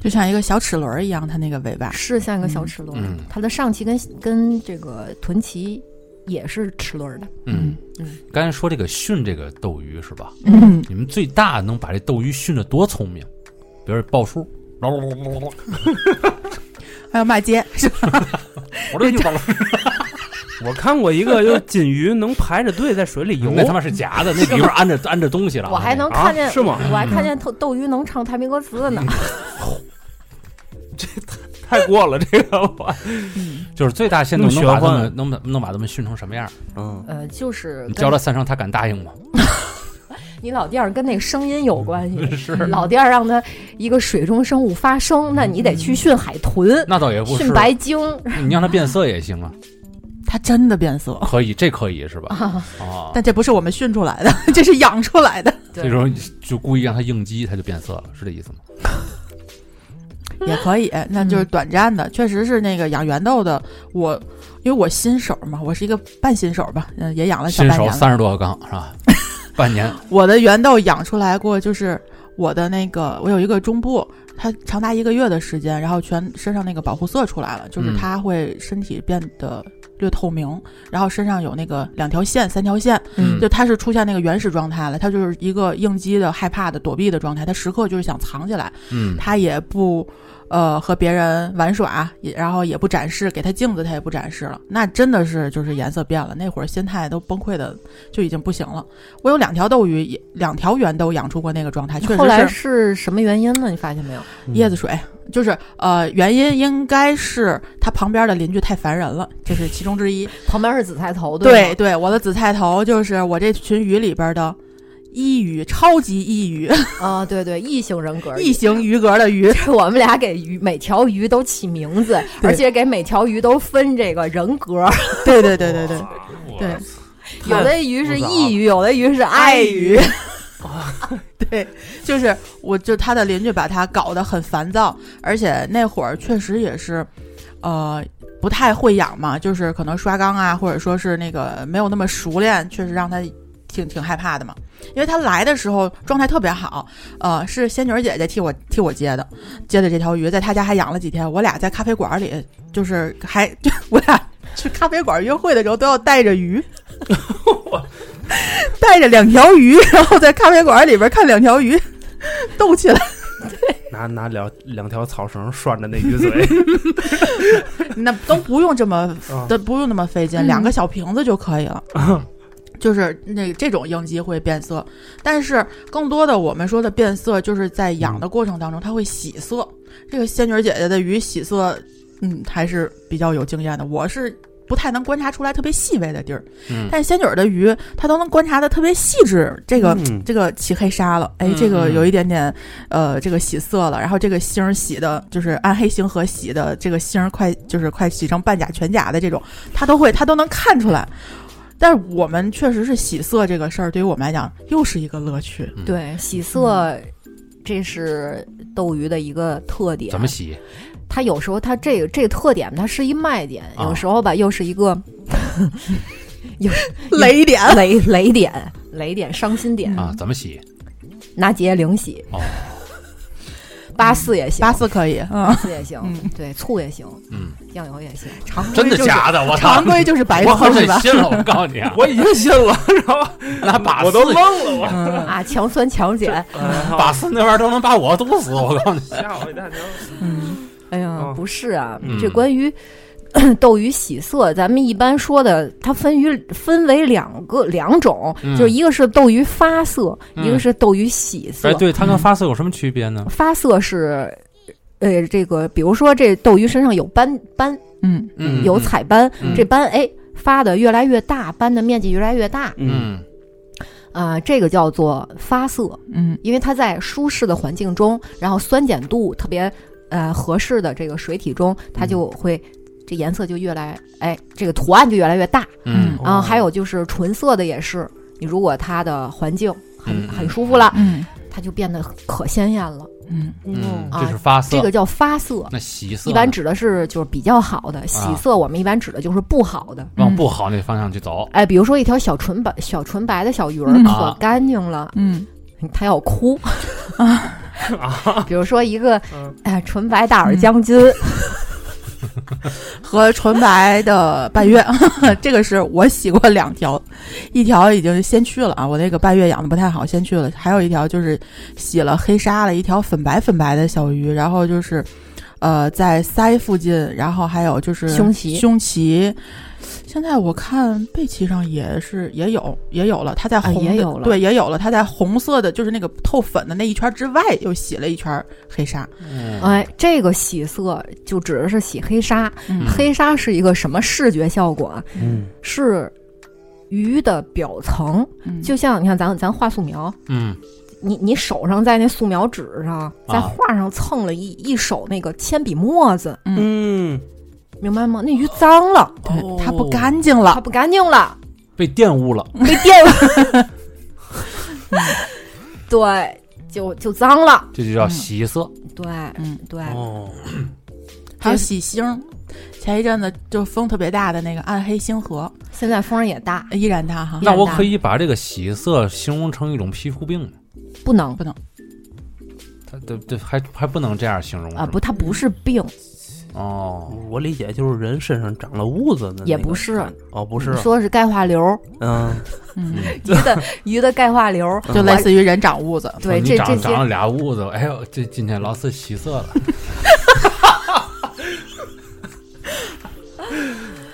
就像一个小齿轮儿一样，它那个尾巴，是像一个小齿轮，嗯它的上鳍跟跟这个臀鳍也是齿轮的。嗯嗯，刚才说这个训这个斗鱼是吧？嗯，你们最大能把这斗鱼训得多聪明？比如报数，还有骂街是吧？我这就报我看过一个，就是金鱼能排着队在水里游， <laughs> 那他妈是假的，那里边 <laughs> 安着安着东西了啊。我还能啊看见，是吗？我还看见斗斗鱼能唱太平歌词呢。太过了，这个我，就是最大限度那能么把玄他幻们能把能把他们训成什么样？嗯，呃，就是你跟教了三声，他敢答应吗？你老弟儿跟那个声音有关系。嗯 <laughs> 是，老弟儿让他一个水中生物发声，那你得去训海豚、嗯那倒也不是训，<laughs> 白鲸。你让他变色也 <laughs> 行啊，它真的变色，可以，这可以是吧？啊， <laughs> 但这不是我们训出来的， <laughs> 这是养出来的，这时候你就故意让他应激，他就变色了，是这意思吗？也可以，那就是短暂的。确实是那个养圆豆的，我因为我新手嘛，我是一个半新手吧，嗯，也养了小新半手年了。三十多个缸是 <laughs> 吧？半年，我的圆豆养出来过，就是我的那个，我有一个中部，它长达一个月的时间，然后全身上那个保护色出来了，就是嗯它会身体变得略透明，然后身上有那个两条线、三条线，嗯就它是出现那个原始状态了，它就是一个应激的、害怕的、躲避的状态，它时刻就是想藏起来，嗯它也不呃和别人玩耍，也然后也不展示，给他镜子他也不展示了，那真的是就是颜色变了。那会儿心态都崩溃的就已经不行了。我有两条斗鱼，也两条圆都养出过那个状态，确实后来是是什么原因呢？你发现没有？椰子水，就是呃，原因应该是他旁边的邻居太烦人了，这是其中之 <laughs> 一。旁边是紫菜头，对吗对，我的紫菜头就是我这群鱼里边的一鱼，超级一鱼，啊，对对，异性人格， <laughs> 异型鱼格的鱼。就是 <laughs> 我们俩给鱼每条鱼都起名字，对而且给每条鱼都分这个人格，对对对对对我对有的鱼是异鱼，有的鱼是爱爱鱼鱼。 <laughs> 对，就是我就他的邻居把他搞得很烦躁，而且那会儿确实也是，呃，不太会养嘛，就是可能刷缸啊，或者说是那个没有那么熟练，确实让他挺挺害怕的嘛。因为他来的时候状态特别好，呃，是仙女儿姐姐替我替我接的，接的这条鱼，在他家还养了几天。我俩在咖啡馆里，就是还 <laughs> 我俩去咖啡馆约会的时候都要带着鱼，带着两条鱼， <laughs> 然后在咖啡馆里边看两条鱼 <laughs> 斗起来。拿拿两两条草绳拴着那 <laughs> 鱼嘴，那都不用这么啊都不用那么费劲，嗯两个小瓶子就可以了。就是那这种应激会变色，但是更多的我们说的变色，就是在养的过程当中，它会洗色。这个仙女姐姐的鱼洗色，嗯，还是比较有经验的。我是不太能观察出来特别细微的地儿，嗯但仙女儿的鱼，它都能观察的特别细致。这个嗯，这个起黑沙了，哎嗯，这个嗯有一点点，呃，这个洗色了，然后这个星儿洗的，就是暗黑星河洗的，这个星儿快就是快洗成半甲全甲的这种，他都会，他都能看出来。但是我们确实是洗色这个事儿，对于我们来讲又是一个乐趣。对，洗色，这是斗鱼的一个特点。怎么洗？它有时候它这个这个特点，它是一卖点；啊有时候吧，又是一个雷点，雷雷点、雷点、伤心点。啊？怎么洗？拿洁灵洗，哦，八四也行，八四可以，嗯八，四也行，嗯对，醋也行，嗯，酱油也行。常规真的就是假的？ <laughs> 我操常！规就是白我好色是狠吧？心了，我告诉你啊我已经信了，然后那把我都四懵了，我嗯啊，强酸强碱，哦把四那玩意儿都能把我毒死，我告诉你。哎吓我一大跳。嗯，哎呀哦，不是啊，嗯这关于斗鱼洗色，咱们一般说的，它分于分为两个两种，嗯就是一个是斗鱼发色，嗯一个是斗鱼洗色。哎，对，它跟跟发色有什么区别呢？发色是。呃，这个比如说这斗鱼身上有斑斑，嗯嗯有彩斑，嗯这斑哎发的越来越大，斑的面积越来越大嗯，嗯啊、这个叫做发色。嗯因为它在舒适的环境中，然后酸碱度特别呃合适的这个水体中，它就会。这颜色就越来，哎，这个图案就越来越大。嗯然后哦啊还有就是纯色的也是，你如果它的环境很嗯很舒服了，嗯它就变得可鲜艳了。嗯嗯，啊这是发色。这个叫发色，那洗色啊一呢般指的是就是比较好的。洗色我们一般指的就是不好的。往不好那方向去走。哎，比如说一条小纯白、小纯白的小鱼儿嗯可啊干净了，嗯它要哭。 <laughs> 比如说一个嗯哎纯白大耳将军，和纯白的半月， <laughs> 这个是我洗过两条，一条已经先去了啊，我那个半月养的不太好，先去了。还有一条就是洗了黑沙了，一条粉白粉白的小鱼，然后就是，呃，在腮附近，然后还有就是胸鳍胸鳍。现在我看背鳍上也是也有也有了，它在啊红的、也有了对也有了，它在红色的，就是那个透粉的那一圈之外又洗了一圈黑沙，嗯哎，这个洗色就指的是洗黑沙。嗯黑沙是一个什么视觉效果啊？嗯是鱼的表层，嗯就像你看咱咱画素描，嗯你你手上在那素描纸上，在啊画上蹭了一一手那个铅笔墨子，嗯，明白吗？那鱼脏了，对它不哦干净它了，不干净了，被玷污了。被玷污， <laughs> 对，就就脏了，这就叫洗色。对嗯。对。哦，还有喜星，前一阵子就是风特别大的那个暗黑星河，现在风儿也大，依然它哈嗯，那我可以把这个洗色形容成一种皮肤病吗？不能它这这还还不能这样形容呃啊，不，它不是病，哦，我理解就是人身上长了痦子的那个，也不是嗯哦，嗯不是你，说的是钙化瘤，嗯，嗯，鱼的鱼的钙化瘤，就类似于人长痦子。啊对哦你这长这长了些俩痦子，哎呦，这今天老四喜色 <laughs> 了。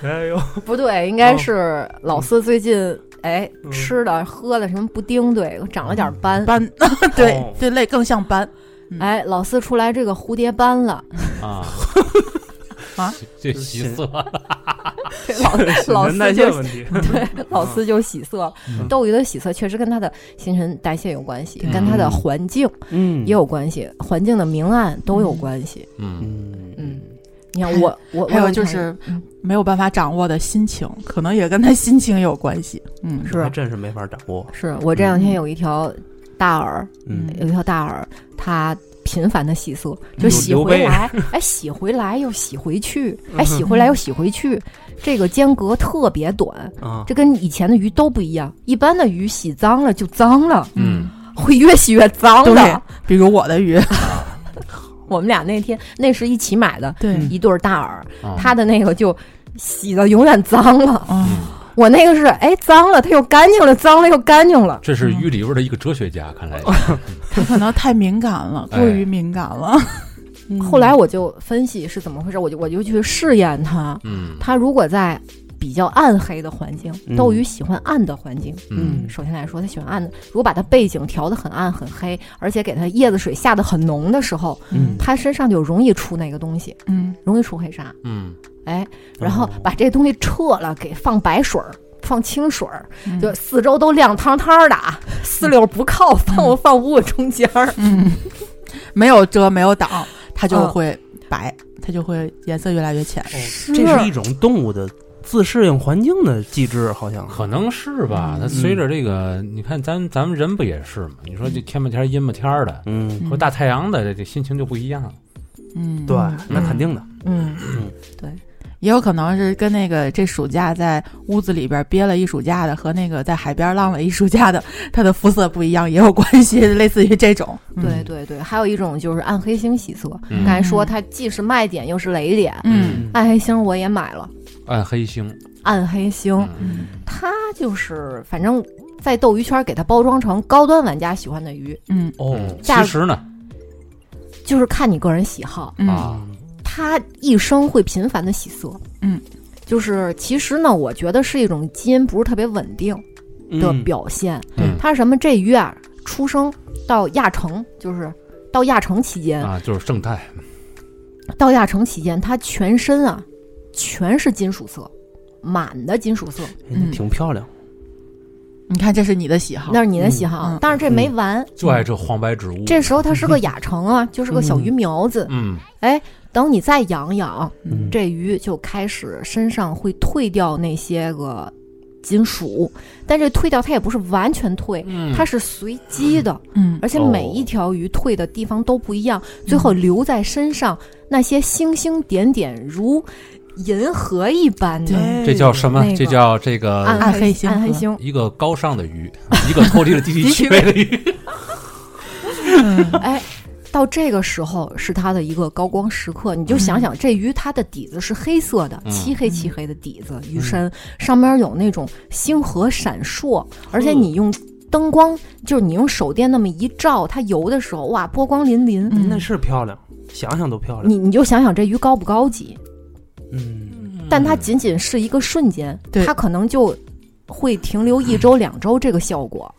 哎呦，不对，应该是老四最近哎嗯吃的喝的什么不丁对，长了点斑。斑，对哦对，类更像斑。哎，老四出来这个蝴蝶斑了，啊啊，这习色了对老 <laughs> 老新陈四代谢就 <laughs> 问题，对老四就喜色了嗯。斗鱼的喜色确实跟他的新陈代谢有关系，嗯跟他的环境嗯，也有关系，环境的明暗都有关系。嗯，嗯嗯你看我我还有我就看是嗯没有办法掌握的心情，可能也跟他心情有关系。嗯，是还真是没法掌握，是我这两天有一条大耳，嗯有一条大耳，它频繁的洗色，就有洗刘回备来，哎，洗回来又洗回去，哎，嗯洗回来又洗回去，这个间隔特别短，啊，这跟以前的鱼都不一样。一般的鱼洗脏了就脏了，嗯，会越洗越脏对的。比如我的鱼，我们俩那天那是一起买的对一 <laughs> 对儿大耳，啊它的那个就洗的永远脏了，嗯啊，我那个是哎脏了它又干净了，脏了又干净了。这是鱼里边的一个哲学家，看哦来他可能太敏感了，哎过于敏感了。嗯后嗯来我就分析是怎么回事，我就我就去试验它。嗯它如果在比较暗黑的环境，嗯斗鱼喜欢暗的环境。嗯嗯首先来说，它喜欢暗的。如果把它背景调得很暗很黑，而且给它叶子水下得很浓的时候，嗯它身上就容易出那个东西，嗯，容易出黑沙。嗯，哎，哦然后把这东西撤了，给放白水儿。放清水儿，嗯就四周都亮汤汤的，啊，四六不靠，嗯放我放屋中间儿。嗯，没有遮没有挡，它嗯就会白，它就会颜色越来越浅。哦这是一种动物的自适应环境的机制，好像可能是吧。它随着这个，你看咱咱们人不也是嘛？你说嗯这天不天儿阴不天儿的，嗯，和大太阳的这这心情就不一样了。嗯，对，那肯定的，嗯，也有可能是跟那个这暑假在屋子里边憋了一暑假的，和那个在海边浪了一暑假的，它的肤色不一样也有关系， <laughs> 类似于这种。嗯对，对对，还有一种就是暗黑星洗色，嗯刚才说它既是卖点又是雷点。嗯，暗黑星我也买了，暗黑星，暗黑星、嗯它就是反正在斗鱼圈给它包装成高端玩家喜欢的鱼，嗯哦，价其实呢就是看你个人喜好。嗯啊，它一生会频繁的洗色，嗯，就是其实呢，我觉得是一种基因不是特别稳定的嗯表现。嗯它是什么？这鱼啊，出生到亚成就是。到亚成期间，啊，就是正太，到亚成期间，它全身啊全是金属色，满的金属色。哎挺漂亮，你看这是你的喜好那。是你的喜好，嗯嗯但是这没完。嗯就爱这黄白植物。这时候它 <laughs> 是个亚成啊，就是个小鱼苗子。嗯等你再养养，嗯这鱼就开始身上会退掉那些个金属，但这退掉它也不是完全退，嗯，它是随机的，嗯而且哦嗯每一条鱼退的地方都不一样，最后留在身上那些星星点点如银河一般的对这叫什么那？个这叫这个暗暗黑星暗黑河星。一个高尚的鱼，一个脱离了低级趣味的鱼。嗯哎，到这个时候是它的一个高光时刻，嗯你就想想，这鱼它的底子是黑色的，嗯漆黑漆黑的底子，鱼身上面有那种星河闪烁，而且你用灯光，就是你用手电那么一照，它游的时候，哇，波光粼粼。嗯那是漂亮，想想都漂亮，你你就想想这鱼高不高级，嗯，但它仅仅是一个瞬间，对它可能就会停留一周两周这个效果。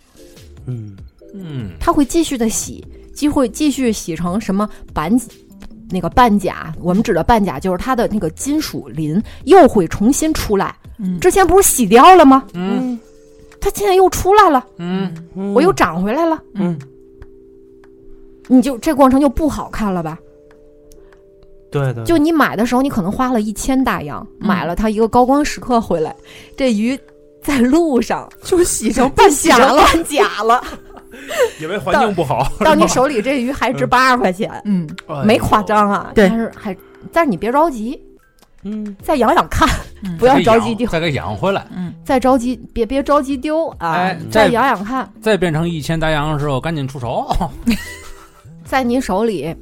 嗯，嗯它会继续的洗，机会继续洗成什么板，那个半甲，我们指的半甲就是它的那个金属鳞又会重新出来。嗯之前不是洗掉了吗？嗯它现在又出来了，嗯嗯我又长回来了，嗯，你就这过程就不好看了吧？对对，就你买的时候，你可能花了一千大洋嗯买了它一个高光时刻回来，这鱼在路上 <laughs> 就洗成半甲了，半甲了，因为环境不好，到你手里这鱼还值八十块钱，嗯，没夸，张啊，对但是还，但是你别着急，嗯，再养养看，<laughs> 嗯不要着急丢，再给养回来。嗯再着急别别着急丢啊，哎再再养养看，再变成一千大洋的时候，赶紧出手。在你手里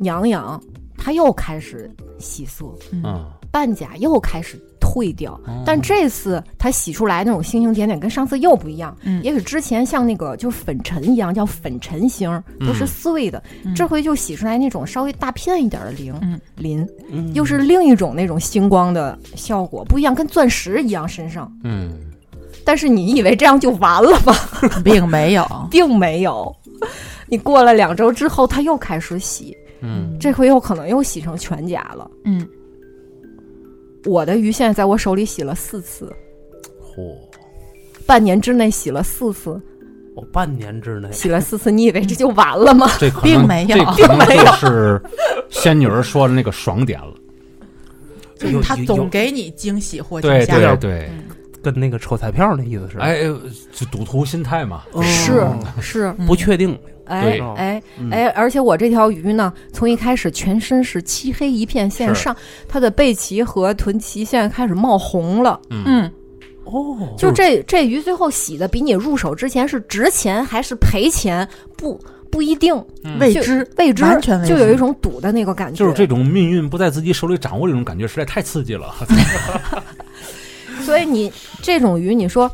养养，它又开始洗色，嗯嗯，半甲又开始退掉。但这次它洗出来那种星星点点跟上次又不一样，嗯也许之前像那个就是粉尘一样，叫粉尘星，都是嗯碎的，这回就洗出来那种稍微大片一点的鳞，嗯鳞嗯又是另一种那种星光的效果，不一样，跟钻石一样身上。嗯，但是你以为这样就完了吗？嗯并没有，并没有。 <laughs> 你过了两周之后，它又开始洗，嗯，这回又可能又洗成全甲了。嗯，我的鱼现在在我手里洗了四次，嚯，半年之内洗了四次，我半年之内洗了四次，你以为这就完了吗？这可能并没有这可 <laughs> 能就是仙女儿说的那个爽点了。就有是他有总有给你惊喜或惊对吓，对对，跟那个抽彩票那意思是，哎，就赌徒心态嘛。嗯， <laughs> 是是，嗯不确定，哎哦对嗯哎哎，而且我这条鱼呢，从一开始全身是漆黑一片，现在是上它的背鳍和臀鳍现在开始冒红了。嗯嗯哦，就这这鱼最后洗的比你入手之前是值钱还是赔钱，不不一定，嗯未就知未知，完全未知就有一种赌的那个感觉。就是这种命运不在自己手里掌握，这种感觉实在太刺激了。所以你这种鱼，你说，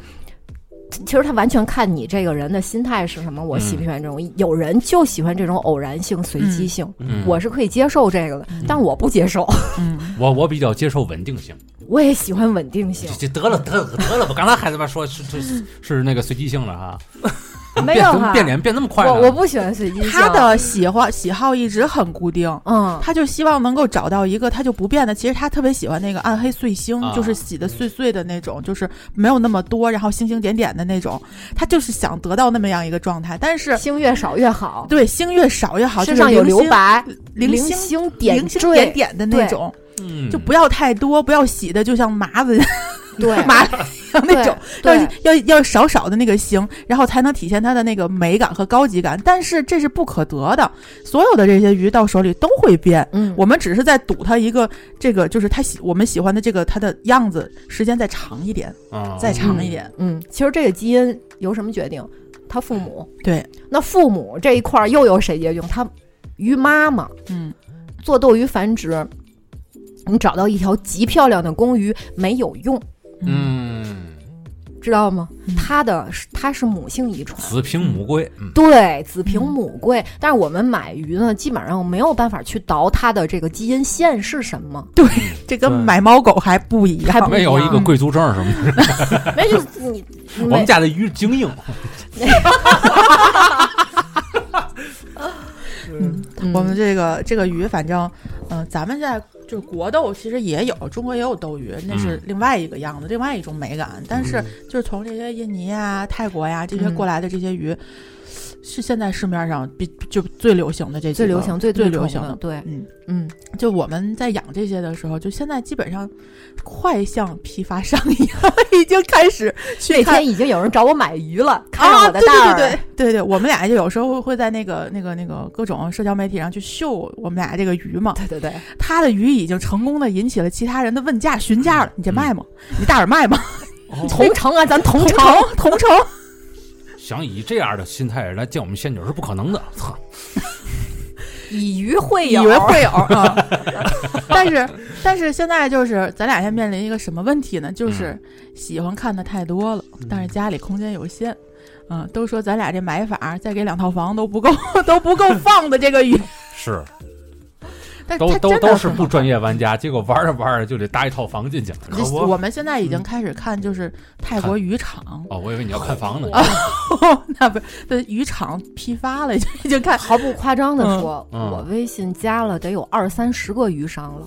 其实它完全看你这个人的心态是什么。我嗯喜不喜欢这种？有人就喜欢这种偶然性、随机性，嗯我是可以接受这个的，但我不接受，嗯我我比较接受稳定性，我也喜欢稳定性这。这得了得了得了吧！刚才还他妈说是是是那个随机性了哈， <laughs> 没有变哈成变脸变那么快呢，我我不喜欢随机性。他的喜欢喜好一直很固定。嗯，他就希望能够找到一个他就不变的。其实他特别喜欢那个暗黑碎星，啊就是洗的碎碎的那种，就是没有那么多，然后星星点点的那种。他就是想得到那么样一个状态。但是星越少越好，对星越少越好，身上有就是留零星、白，零零星、星点零星缀点，点的那种，嗯就不要太多，不要洗的就像麻子对， <laughs> 麻子一样那种。 <laughs> 要对要要少少的那个星，然后才能体现它的那个美感和高级感。但是这是不可得的，所有的这些鱼到手里都会变。嗯，我们只是在赌它一个这个，就是它喜我们喜欢的这个它的样子，时间再长一点，啊再长一点。嗯，其实这个基因由什么决定？他父母。对，那父母这一块儿又有谁决定？他鱼妈妈嗯做斗鱼繁殖，你找到一条极漂亮的公鱼没有用，嗯，知道吗嗯？它的它是母性遗传。子凭母贵，嗯对，子凭母贵，但是我们买鱼呢，基本上没有办法去倒它的这个基因线是什么，这跟对买猫狗还不一样。还不没有一个样贵族证儿什么的。没就是 <laughs> 你，我没们家的鱼精英，嗯，嗯我们这个这个鱼，反正，嗯、咱们现在就是国斗，其实也有，中国也有斗鱼，那是嗯另外一个样子，另外一种美感。但是嗯，就是从这些印尼啊、泰国呀、这些嗯过来的这些鱼，是现在市面上比就最流行的这几个最流行、最最流宠行的，。对，嗯，嗯，就我们在养这些的时候，就现在基本上快像批发商一样， <laughs> 已经开始那去看天已经有人找我买鱼了，看上啊，我的对蛋对儿对对对对，我们俩就有时候会在那个那个那个各种社交媒体上去秀我们俩这个鱼嘛，对对对，他的鱼已经成功的引起了其他人的问价询价了，你这卖吗？你大耳卖吗？同城啊，咱同同城，城同城，想以这样的心态来见我们仙女儿是不可能的。操，以鱼会以友，为会有啊，但是但是现在就是咱俩现在面临一个什么问题呢？就是喜欢看的太多了，嗯嗯但是家里空间有限。嗯，都说咱俩这买法再给两套房都不够， <laughs> 都不 <laughs> 够放的这个鱼，是但是都它都真的都是很不好专业玩家，结果玩着玩着就得搭一套房进去了。就可不我们现在已嗯经开始看就是泰国渔场， <laughs> 哦，我以为你要看房呢。那不对，渔场批发了，已经 <laughs> 已经看毫不夸张的说，嗯嗯我微信加了得有二三十个鱼商了。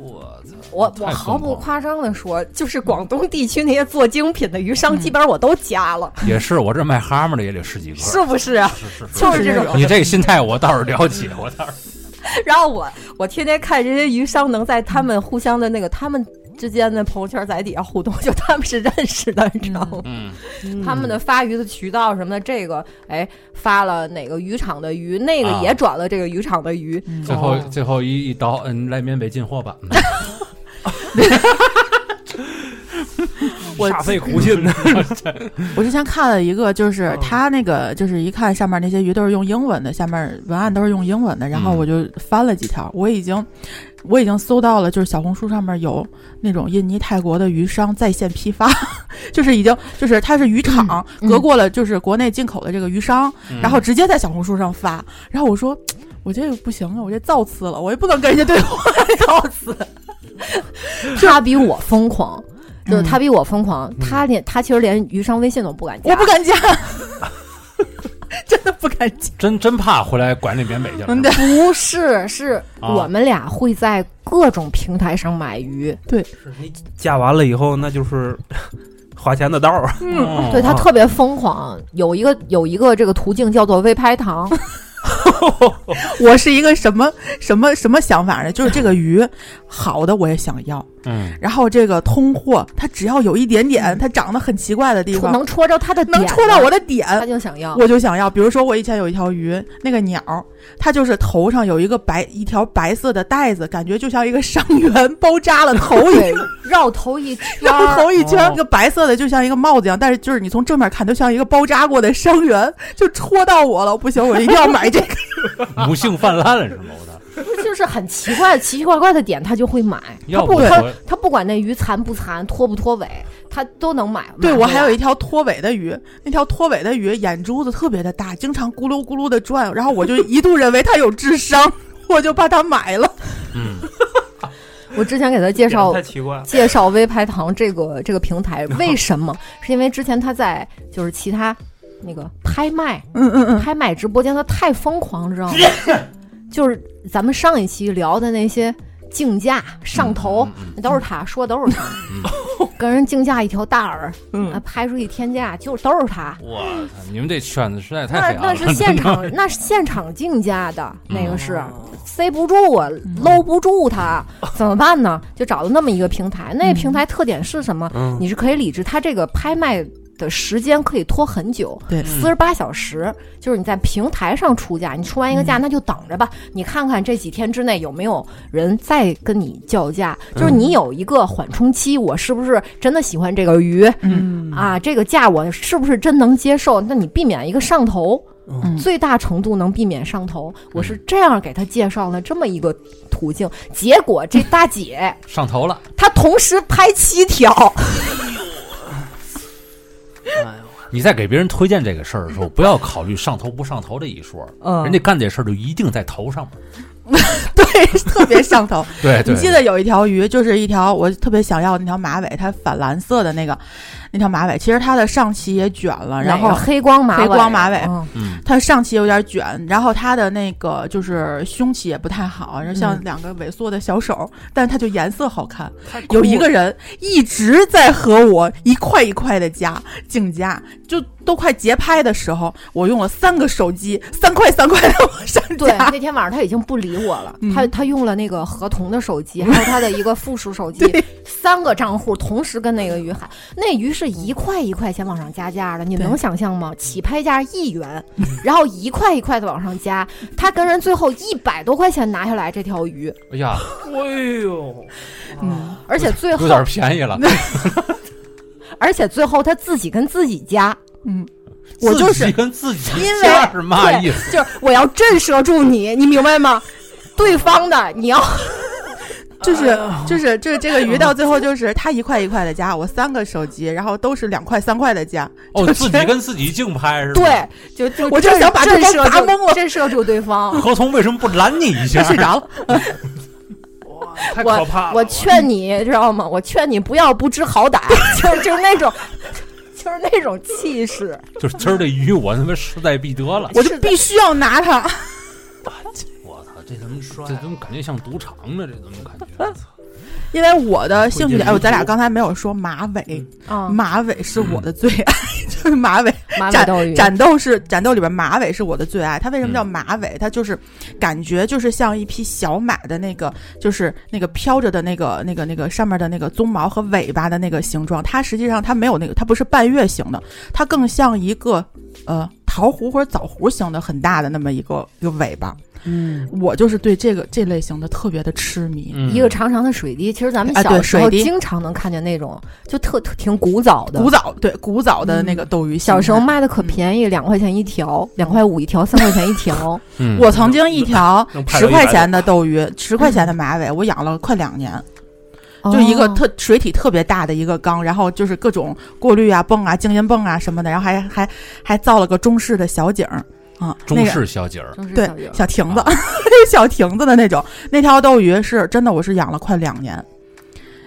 我操！嗯我太我疯毫不狂了夸张的说，就是广东地区那些做精品的鱼商，基本上我都加了，也是，我这卖蛤蟆的也得十几个。是不是啊？是是是。就是这这种。你这个心态我倒是了解，我倒是 <laughs> 然后我我天天看这些鱼商能在他们互相的那个他们之间的朋友圈在底下互动，就他们是认识的，你知道吗？嗯他们的发鱼的渠道什么的，这个哎发了哪个渔场的鱼，那个啊也转了这个渔场的 <laughs> 鱼，嗯最后最后一一刀，嗯，来缅北进货吧。嗯我煞费苦心的，我之前看了一个，就是嗯他那个，就是一看上面那些鱼都是用英文的，下面文案都是用英文的，然后嗯我就翻了几条，我已经我已经搜到了，就是小红书上面有那种印尼、泰国的鱼商在线批发， <laughs> 就是已经就是它是渔场、嗯嗯隔过了，就是国内进口的这个鱼商，然后直接在小红书上发，然后我说。我这个不行啊，我这造次了，我也不能跟人家对话， <laughs> 造次。他比我疯狂，嗯就是他比我疯狂，嗯他连他其实连鱼商微信都不敢加，我不敢加， <laughs> 真的不敢加。真真怕回来管你缅北去了。嗯，对，不是，是啊我们俩会在各种平台上买鱼，嫁完了以后，那就是 <laughs> 花钱的道儿。哦啊对他特别疯狂。有一个有一个这个途径叫做微拍堂， <laughs> 我是一个什么什么什么想法呢？就是这个鱼， <laughs> 好的我也想要，嗯，然后这个通货，它只要有一点点它长得很奇怪的地戳方，能戳着他的点，能戳到我的，的点，他就想要。我就想要。比如说我以前有一条鱼，那个鸟，它就是头上有一个白一条白色的带子，感觉就像一个伤员包扎了头 <laughs> 一对样。，绕头一圈然后儿，头一圈哦儿，一个白色的，就像一个帽子一样，但是就是你从正面看，就像一个包扎过的伤员，就戳到我了。不行，我一定要买这个。母性泛滥了是吗？我操，就是很奇怪、奇奇怪怪的点，他就会买。他要不不他我他不管那鱼残不残、脱不脱尾，他都能买。对买我回还有来一条拖尾的鱼，那条拖尾的鱼眼珠子特别的大，经常咕噜咕噜的转，然后我就一度认为它有智商，我就把它买了。嗯，我之前给他介绍太奇怪了。介绍微拍堂这个这个平台，为什么？是因为之前他在就是其他那个拍卖嗯嗯嗯，拍卖直播间，他太疯狂了，知道吗？ <coughs> 就是咱们上一期聊的那些竞价上头，嗯嗯那都是他说，都是他，跟人竞价一条大饵，嗯啊拍出一天价，就都是他。嗯我操，你们这圈子实在太啊黑暗了。那那是 <laughs> 现 <laughs> 场，那是现场竞价的，那个是哦塞不住啊，嗯搂不住他，怎么办呢？就找了那么一个平台。嗯那个平台特点是什么？嗯，你是可以理智，它这个拍卖的时间可以拖很久，对四十八小时，就是你在平台上出价，你出完一个嗯价，那就等着吧，你看看这几天之内有没有人再跟你叫价，嗯就是你有一个缓冲期，我是不是真的喜欢这个鱼嗯啊？这个价我是不是真能接受？那你避免一个上头。嗯最大程度能避免上头，我是这样给他介绍了这么一个途径，结果这大姐嗯上头了，她同时拍七条，你在给别人推荐这个事儿的时候，不要考虑上头不上头这一说，嗯人家干这事儿就一定在头上面。对，特别上头。哎对 <laughs> 你记得有一条鱼，就是一条我特别想要的那条马尾，它反蓝色的那个那条马尾，其实它的上鳍也卷了，啊然哪后个黑光马尾，黑光马尾嗯嗯，它上鳍有点卷，然后它的那个就是胸鳍也不太好，然后嗯像两个萎缩的小手，但是它就颜色好看。有一个人一直在和我一块一块的加竞价，就都快节拍的时候，我用了三个手机，三块三块的往上 <laughs> 对，嗯加。那天晚上他已经不理我了，嗯他他用了那个合同的手机，还有他的一个附属手 <laughs> 机，三个账户同时跟那个鱼喊，那鱼是一块一块钱往上加价的，你对嗯能想象吗？起拍价一元，然后一块一块的往上加，他跟人最后一百多块钱拿下来这条鱼，哎呀，哎呦，嗯， <laughs> 而且最有后点便宜了。而且最后他自己跟自己加，嗯，我就自己是跟自己因为家是嘛对意思？就是我要震慑住你，你明白吗？对方的你要哎就是就是这这个鱼到最后就是它一块一块的加，我三个手机，然后都是两块三块的加。哦，就是自己跟自己竞拍是吧？对，就就我就震想把对震方慑砸住懵了震慑住对方。合同为什么不拦你 <laughs> 一下？睡着了，太我可怕了！我劝你知道吗？我劝你不要不知好歹， <laughs> 就是就是那种，就是那种气势。就是今儿这鱼，我他妈势在必得了。我就必须要拿它。 <laughs> 我操，这怎么这怎么感觉像赌场呢？这怎么感 <laughs> 觉？因为我的兴趣点，会有哎呦，咱俩刚才没有说马尾，啊，马尾是我的最爱，就是 <laughs> 马尾。马尾斩斗鱼，战斗是战斗里边马尾是我的最爱，它为什么叫马尾？它就是感觉就是像一匹小马的那个，就是那个飘着的那个那个那个上面的那个鬃毛和尾巴的那个形状。它实际上它没有那个，它不是半月形的，它更像一个呃桃核或者枣核型的很大的那么一个一个尾巴。嗯，我就是对这个这类型的特别的痴迷。嗯一个长长的水滴，其实咱们啊小对时候水滴经常能看见那种，就特特挺古早的。嗯古早对古早的那个斗鱼形态，嗯小时候卖的可便宜，两块钱一条，两块五一条，三块钱一条。嗯我曾经一条能拍到十一块百钱的斗鱼，十块钱的马尾，我养了快两年， <laughs> 就一个嗯哦特水体特别大的一个缸，然后就是各种过滤啊、泵啊、静音泵啊什么的，然后还还还造了个中式的小井儿啊，中那个式小姐儿，中式小鱼对小亭啊子， <laughs> 小亭子的那种。那条斗鱼是真的，我是养了快两年，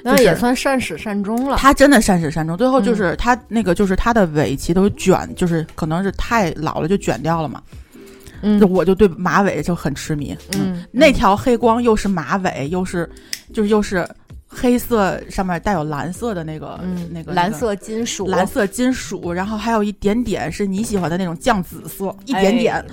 那就也是算善始善终了。它真的善始善终。最后嗯就是它、那个就是它的尾鳍都卷，就是可能是太老了就卷掉了嘛。嗯就我就对马尾就很痴迷，嗯，那条黑光又是马尾，又是就是又是黑色，上面带有蓝色的那个、嗯那个蓝。那个色金属，蓝色金属，然后还有一点点是你喜欢的那种酱紫色，一哎点点、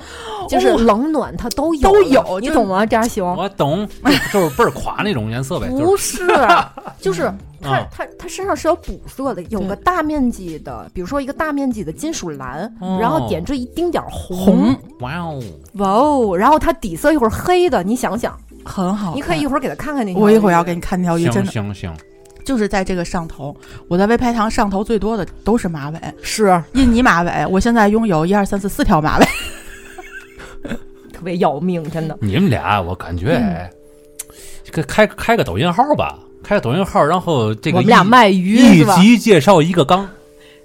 就是哦冷暖它都有都了有你就懂吗？张熊我懂，就就是倍儿垮那种颜色呗，就不是是， <laughs> 就是它啊它它身上是有补色的，有对个大面积的，比如说一个大面积的金属蓝，哦然后点缀一丁点儿红红，哇哦，哇哦，然后它底色一会儿黑的，你想想，很好看。你哦可以哦一会儿给它看看那条鱼，我一会儿要给你看那条鱼，哦真行行的行，就是在这个上头。我在微拍堂上头最多的都是马尾，是印尼马尾。我现在拥有一二三四四条马尾，特别要命，真的。你们俩我感觉嗯这个开开个抖音号吧，开个抖音号，然后这个我们俩一卖鱼一是吧？集介绍一个缸，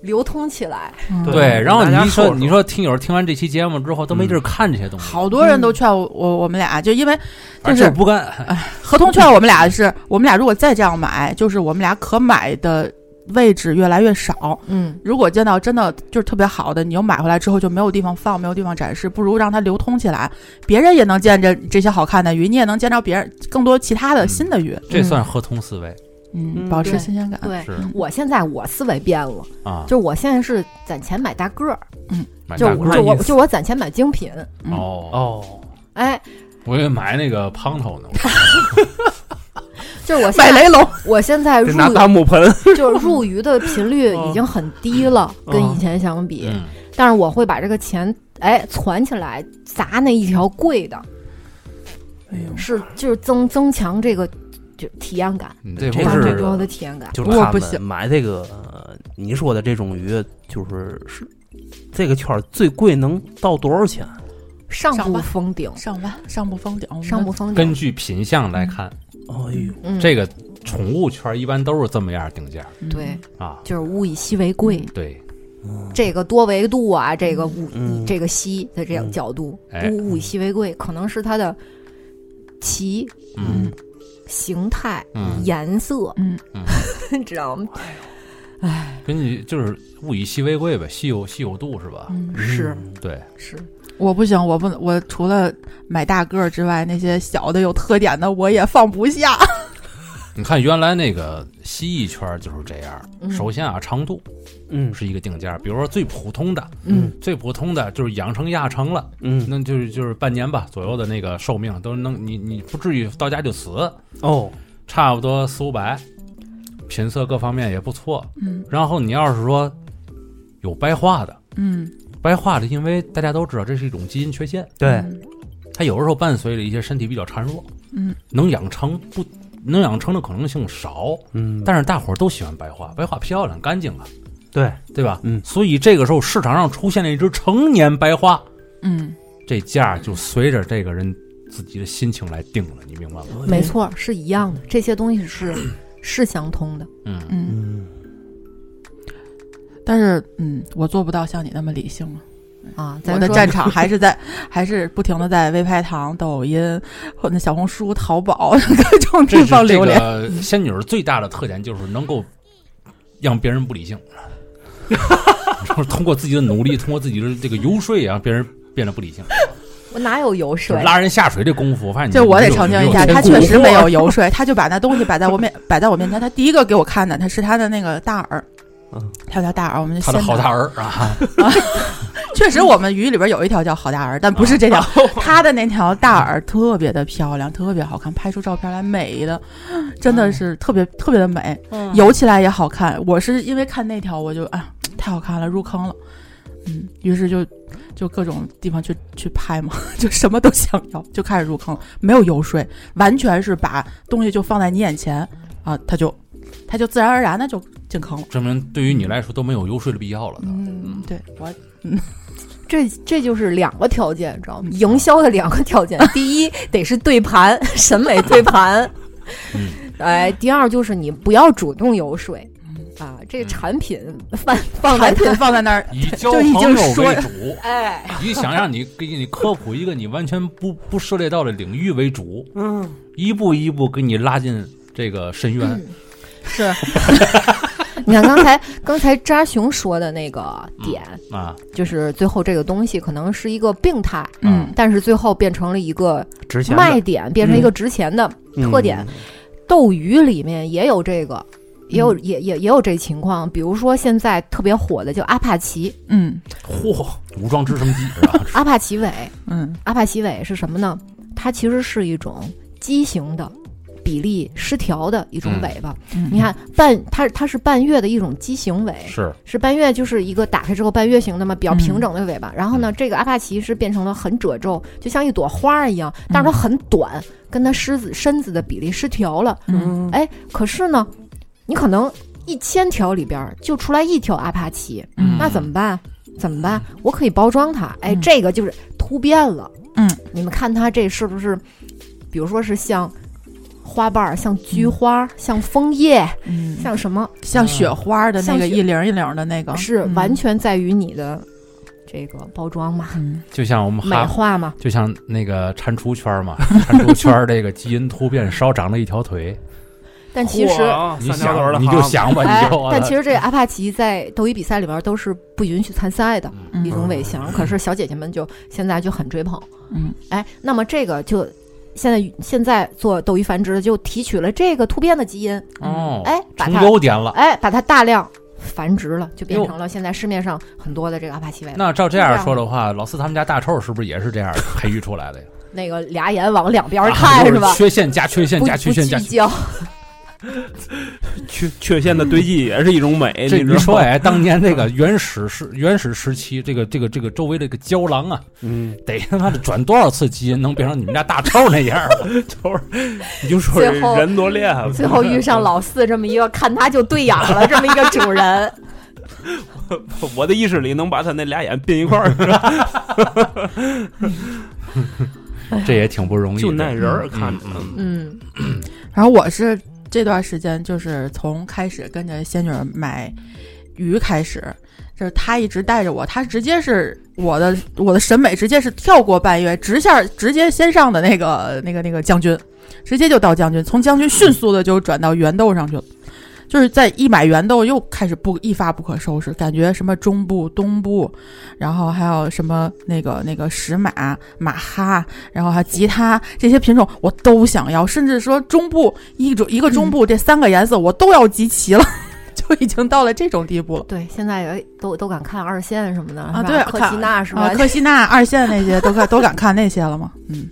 流通起来，嗯对对，然后大家你一说说说你说听友听完这期节目之后都没地儿看这些东西，好多人都劝我我我们俩，就因为而就是且不干，合同券我们俩是，我们俩如果再这样买，就是我们俩可买的位置越来越少。嗯，如果见到真的就是特别好的，你又买回来之后就没有地方放，没有地方展示，不如让它流通起来，别人也能见着这些好看的鱼，你也能见着别人更多其他的新的鱼。这算合同思维嗯，嗯保持对新鲜感。对。是嗯我现在我思维变了，啊，就是我现在是攒钱买大个儿，买就大个儿就我就我攒钱买精品，嗯哦，哦，哎，我以为买那个胖头呢，就是我现买在雷龙，我现在得入拿大木盆，就是入鱼的频率已经很低了，嗯跟以前相比，嗯，但是我会把这个钱哎攒起来砸那一条贵的，哎呦，是就是增增强这个就体验感，你这不这大是最是多的体验感。就不是过他不们行买这个呃你说的这种鱼，就是是这个圈儿最贵能到多少钱？上上不吧封顶，上万上不封顶，我们上不封顶根，据品相来看，哎呦，嗯，这个宠物圈一般都是这么样定价嗯对，啊，就是物以稀为贵，对，嗯这个多维度啊，这个物、嗯这个稀的这样嗯角度，哎物物以稀为贵，可能是它的鳍、嗯形态、嗯，颜色，嗯， <laughs> 你知道吗？根据就是物以稀为贵呗，稀有稀有度是吧？嗯，是对，是，我不行，我不能，我除了买大个儿之外，那些小的有特点的我也放不下。你看原来那个蜥蜴圈就是这样，嗯首先啊长度嗯是一个定价，比如说最普通的，嗯最普通的就是养成亚成了。嗯那就是就是半年吧左右的那个寿命都能你你不至于到家就死，哦，差不多四五百，品色各方面也不错。嗯然后你要是说有白化的，嗯，白化的，因为大家都知道这是一种基因缺陷，对，它有时候伴随着一些身体比较孱弱，嗯，能养成不能养成的可能性少，嗯，但是大伙儿都喜欢白化，白化漂亮干净啊，对，对吧？嗯所以这个时候市场上出现了一只成年白化，嗯这价就随着这个人自己的心情来定了，你明白吗？没，错，是一样的，这些东西 <clears throat> 是是相通的。嗯，嗯，嗯，但是嗯，我做不到像你那么理性了。啊，咱我的说战 <laughs> 场还是在，还是不停的在微拍堂、抖音、或那小红书、淘宝各种这地是方这流连。个 <laughs> 仙女儿最大的特点就是能够让别人不理性， <laughs> 就是通过自己的努力，通过自己的这个游说，让别人变得不理性。 <laughs> 我哪有油就水是？拉人下水这功夫，我发现你这我得你有澄清你有一下，他天赋啊确 <laughs> 实没有游说，他就把那东西摆在我面，摆在我面前。他第一个给我看的，他是他的那个大饵嗯，他有条大饵，我们就他先的好拿大儿啊， <laughs> 确实，我们鱼里边有一条叫好大饵，但不是这条。它的那条大饵特别的漂亮，特别好看，拍出照片来美的，真的是特别特别的美，嗯游起来也好哎看。我是因为看那条，我就啊太好看了，入坑了，嗯，于是就就各种地方去去拍嘛， <laughs> 就什么都想要，就开始入坑，没有游说，完全是把东西就放在你眼前啊，他就他就自然而然的就进坑了。证明对于你来说都没有游说的必要了。嗯，对我这这就是两个条件，你知道吗？嗯营销的两个条 <laughs> 件，第一得是对盘， <laughs> 审美对盘嗯，哎，第二就是你不要主动游说嗯啊，这嗯产品放放在产品放在那儿，以交就朋已经友说为了主， <laughs> 哎， <laughs> 以想让你给你科普一个你完全不不涉猎到的领域为主，嗯，一步一步给你拉进这个深渊。是你看刚才刚才扎熊说的那个点，嗯啊，就是最后这个东西可能是一个病态，嗯但是最后变成了一个值钱的嗯卖点，变成一个值钱的。特点，斗鱼里面也有这个，也有、也也也有这情况。比如说现在特别火的就阿帕奇，嗯嚯，武装直升机是吧？阿帕奇尾，嗯阿帕奇尾是什么呢？它其实是一种畸形的。比例失调的一种嗯尾巴，嗯，你看半它它是半月的一种畸形尾，是，是半月就是一个打开之后半月形的嘛，比较嗯平整的尾巴。然后呢，这个阿帕奇是变成了很褶皱，就像一朵花儿一样，但是它很短，跟它狮子身子的比例失调了。嗯哎，可是呢，你可能一千条里边儿就出来一条阿帕奇，嗯那怎么办？怎么办？我可以包装它。哎，嗯这个就是突变了。嗯，你们看它这是不是，比如说是像花瓣儿、像菊花、像枫叶、嗯像什么，像雪花的那像个雪一零一零的那个是嗯完全在于你的这个包装嘛、嗯就像我们美哈，化嘛。就像那个蟾蜍圈嘛， <laughs> 蟾蜍圈这个基因突变少长了一条腿，但其实，哎哦你想你就想吧，哎你就，但其实这阿帕奇在斗鱼比赛里边儿都是不允许参赛的。嗯嗯一种尾型，可是小姐姐们就现在就很追捧。嗯哎，那么这个就现在现在做斗鱼繁殖的就提取了这个突变的基因，哦，哎，把成它优点了。哎把它大量繁殖了，就变成了现在市面上很多的这个阿帕奇维了。那照这样说的话，老四他们家大臭是不是也是这样培育出来的呀？那个俩眼往两边啊看、就是吧？缺陷加缺陷不加不缺陷加聚缺陷。 <laughs> 焦，缺缺陷的堆积也是一种美。这你你知道说吗，哎，当年这个原始时原始时期，这个这个这个周围这个胶囊啊，嗯，得他妈的转多少次基因能变成你们家大臭那样儿？啊就是你就说最后人多厉害吧，最后遇上老四这么一个看他就对眼了这么一个 <laughs> 主人， <laughs> 我的意识里能把他那俩眼并一块儿，这也挺不容易的。就那人儿看着呢 <laughs> 嗯嗯，然后我是这段时间就是从开始跟着仙女儿买鱼开始，就是她一直带着我，她直接是我的我的审美直接是跳过半月，直下直接先上的那个那个那个将军，直接就到将军，从将军迅速的就转到圆豆上去了。就是在一买圆豆又开始不一发不可收拾，感觉什么中部、东部，然后还有什么那个那个石马、马哈，然后还有吉他这些品种我都想要，甚至说中部一种一个中部这三个颜色我都要集齐了， <laughs> 就已经到了这种地步了。对，现在也都都敢看二线什么的啊是吧对科看西娜是吧？啊，科西娜二线那些都敢都敢看那 <laughs> 些了吗？ <laughs> 嗯，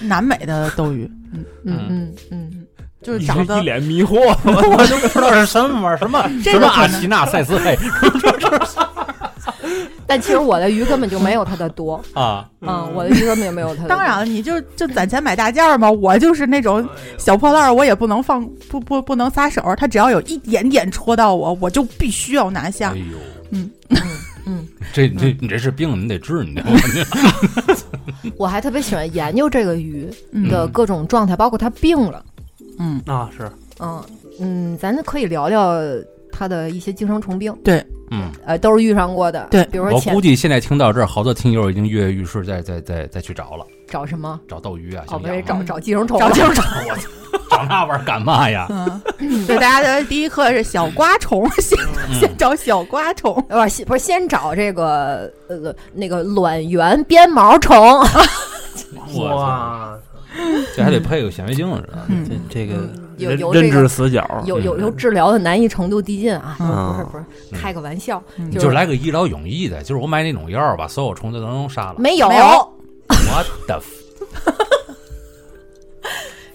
南美的斗鱼，嗯，嗯嗯嗯，就是你长这得一脸迷惑，我就不知道是什么玩意儿，什么这什个么可阿能奇纳赛斯佩但其实我的鱼根本就没有它的多，啊，嗯，我的鱼根本就没有它的多。当然，你就就攒钱买大件儿嘛。我就是那种小破烂儿，我也不能放，不不不能撒手儿。他只要有一点点戳到我，我就必须要拿下哎。呦， <laughs> 嗯嗯，这这你这是病，你得治，你得我还特别喜欢研究这个鱼嗯的各种状态，包括它病了。嗯，那啊是嗯嗯，咱可以聊聊它的一些寄生虫病，嗯。呃，都是遇上过的。对比如我说估潜计现在听到这儿，好多听友已经跃跃欲试，再再再再去找了，找什么？找斗鱼啊，哦，想不是养找啊嗯找寄生虫，找寄生虫。找那玩意儿干嘛呀？嗯， <laughs> 对，大家的第一课是小瓜虫，嗯先先找小瓜虫。 <laughs> 不是先不是先找这个呃那个卵圆鞭毛虫，嗯我操，哇，这还得配个显微镜似的。嗯这这个有人有这认个知死角， <laughs> 有有嗯有治疗的难易程度递进啊！嗯不是不是，嗯开个玩笑，嗯你是就来个一劳永逸的，就是我买那种药，把所有虫子都能杀了。没有没有我的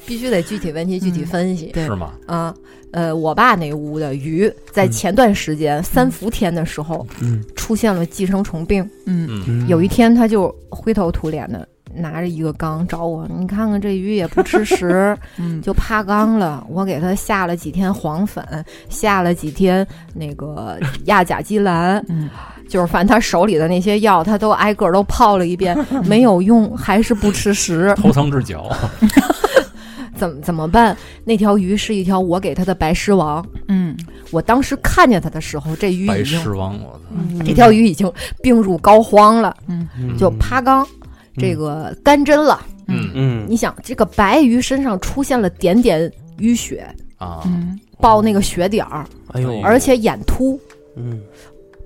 必须得具体问题具体嗯分析。 <laughs> 对是吗？啊，呃，我爸那屋的鱼在嗯前段时间、三伏天的时候嗯，出现了寄生虫病。嗯嗯，有一天，他就灰头土脸的拿着一个缸找我，你看看这鱼也不吃食， <laughs> 嗯，就趴缸了。我给它下了几天黄粉，下了几天那个亚甲基蓝，嗯 <laughs> 就是反正他手里的那些药，他都挨个儿都泡了 <laughs> 一遍，没有用，还是不吃食。头疼治脚，怎么怎么办？那条鱼是一条我给它的白狮王。嗯我当时看见它的时候，这鱼白已经嗯狮王，我操！这条鱼已经病入膏肓了，嗯嗯就趴缸，这个干针了。嗯嗯你想，这个白鱼身上出现了点点淤血，啊，嗯爆那个血点儿，哎嗯呦，而且眼突，嗯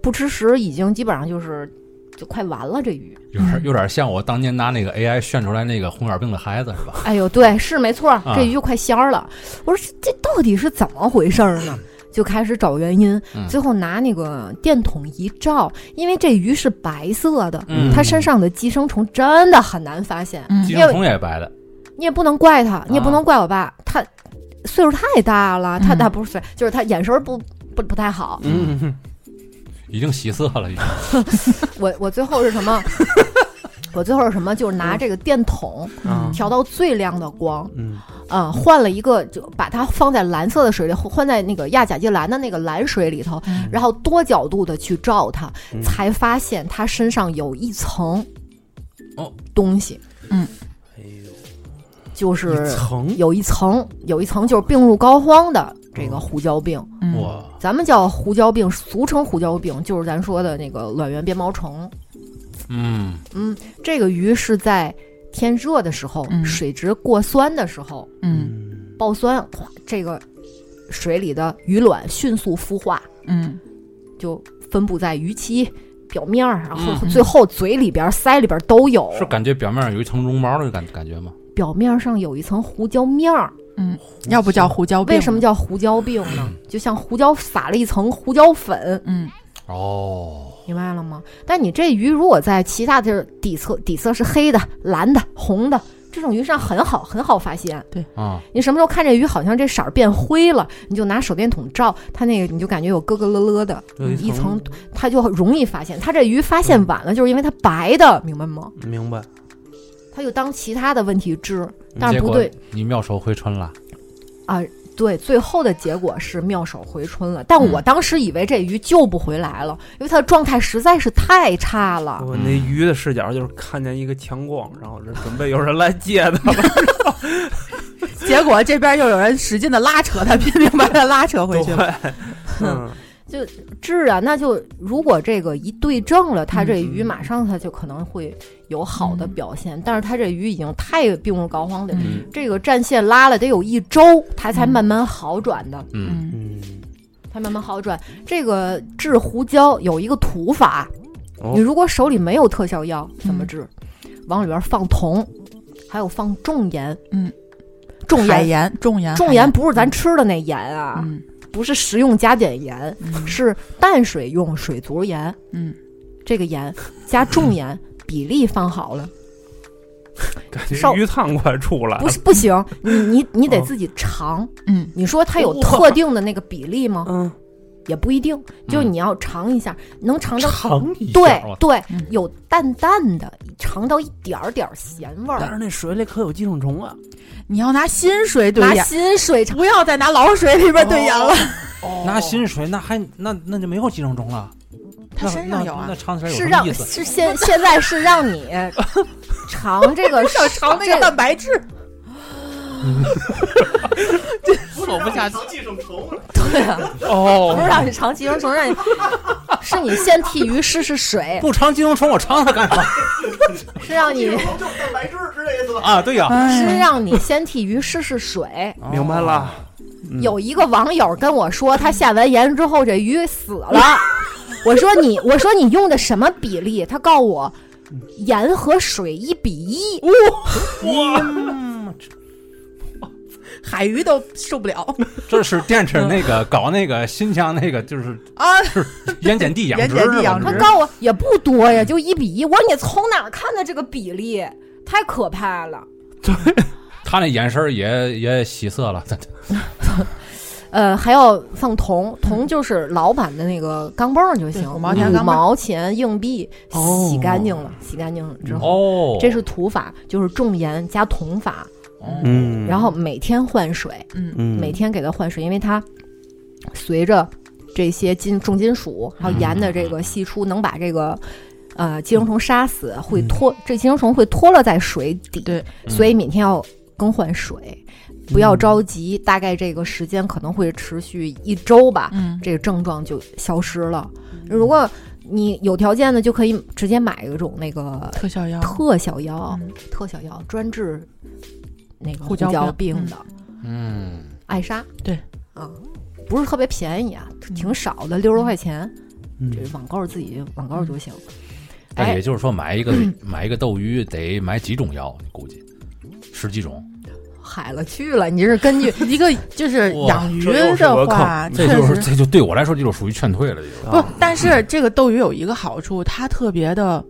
不吃食已经基本上就是就快完了这鱼。有嗯点有点像我当年拿那个 AI 炫出来那个红眼病的孩子是吧？哎呦，对，是没错儿，啊这鱼就快仙儿了。我说这这到底是怎么回事儿呢？就开始找原因，嗯最后拿那个电筒一照，因为这鱼是白色的，嗯它身上的寄生虫真的很难发现。嗯寄生虫也白的，你也不能怪他，你也不啊能怪我爸，他岁数太大了，他嗯他不是岁，就是他眼神儿不不不太 <laughs> 好。嗯嗯已经洗色了，已经。我我最后是什么？我最后是什么？就是拿这个电筒啊调到最亮的光，嗯嗯，换了一个，就把它放在蓝色的水里，换在那个亚甲基蓝的那个蓝水里头，嗯然后多角度的去照它，嗯才发现它身上有一层哦东西，哎呦，就是一层有一层，有一层就是病入膏肓的这哦个胡椒病。嗯哇，咱们叫胡椒病，俗称胡椒病，就是咱说的那个卵圆鞭毛虫。嗯嗯，这个鱼是在天热的时候，嗯水质过酸的时候，嗯嗯爆酸，哗，这个水里的鱼卵迅速孵化，嗯就分布在鱼鳍表面儿，然后嗯最后嘴里边、腮里边都有，是感觉表面上有一层绒毛的感感觉吗？表面上有一层胡椒面儿。嗯，要不叫胡椒病，为什么？叫胡椒病呢？就像胡椒撒了一层胡椒粉，嗯哦，明白了吗？但你这鱼如果在其他地儿底侧底色是黑的、蓝的、红的，这种鱼上很好很好发现。啊，你什么时候看这鱼好像这色儿变灰了，你就拿手电筒照它那个，你就感觉有咯咯咯咯的有一一层，它就容易发现。它这鱼发现晚了，就是因为它白的，明白吗？明白，它就当其他的问题治，但结是不果对，你妙手回春了，对，最后的结果是妙手回春了。但我嗯当时以为这鱼救不回来了，因为它的状态实在是太差了。我那鱼的视角就是看见一个强光，然后这准备有人来接 <laughs> 它了，结果这边又有人使劲的拉扯他，拼命把他拉扯回去了。 <laughs> 对，嗯治啊，那就如果这个一对症了，它这鱼嗯马上它就可能会有好的表现，但是它这鱼已经太病入膏肓了，嗯这个战线拉了得有一周，它才慢慢好转的，嗯，嗯嗯，才慢慢好转。这个治胡椒有一个土法，哦你如果手里没有特效药，怎嗯么治？往里边放铜，还有放重盐，嗯，重海盐。盐，重盐，重海盐不是咱吃的那盐啊，嗯不是食用加碘盐，嗯是淡水用水族盐。嗯这个盐加重盐比例放好了，感觉少鱼汤快出来了不，是不行，你你你得啊哦自己尝。嗯你说它有特定的那个比例吗？嗯，也不一定，就嗯你要尝一下，能尝到尝一下对我对嗯，有淡淡的，尝到一点儿点儿咸味但儿。是那水里可有寄生虫啊！你要拿新水拿兑盐，新水哦尝，不要再拿老水里边兑盐了。拿薪水那还那那就没有寄生虫了，他那身上那有啊那尝起来哎有是什让么意 <laughs> 思？是现现在是让你尝这个尝那这个蛋白质，活不下去去。寄生虫，对啊，哦不是让你尝寄生虫，让你是你先替鱼试试水，不尝寄生虫，我尝它干啥是让寄你生虫 <laughs> 就是蛋白质之类的。啊？对呀， <laughs> 是哎，让你先替鱼试试水。明白哦了，嗯有一个网友跟我说，他下完盐之后这鱼死 <laughs> 了。我说你，我说你用的什么比例？他告我，盐和水一比一。哦嗯，海鱼都 <laughs> 受不了这是电池那个搞那个新疆那个就是啊！盐碱地养殖盐碱地是吧养他殖告我也不多呀，就一比一。我说你从哪儿看的这个比例？太可怕了！他那眼神儿也也喜色了，呃，还要放铜，铜就是老版的那个钢镚儿就行，嗯对五五毛钱钢镚儿毛钱硬币哦洗干净了，洗干净了之后，哦，这是土法，就是重盐加铜法，哦嗯，然后每天换水，嗯，嗯，每天给它换水，因为它随着这些金重金属还有盐的这个析出，能把这个呃寄生虫杀死，会脱这寄生虫会脱落在水底，对嗯所以每天要更换水，不要着急，大概这个时间可能会持续一周吧，嗯，这个症状就消失了。如果你有条件的，就可以直接买一种那个特效药，特效药，嗯特效药专治那个胡胡椒椒病病嗯的。嗯，艾莎，对，啊，不是特别便宜啊，嗯挺少的，六十多块钱，嗯这网购自己网购就行。嗯那哎也，就是说买一个买一个斗鱼得买几种药，你估计十几种，海了去了，你这是根据一个就是哇养鱼这又是的个话，这确就是实这就对我来说这就属于劝退了，这就是。啊不，但是这个斗鱼有一个好处，它特别的，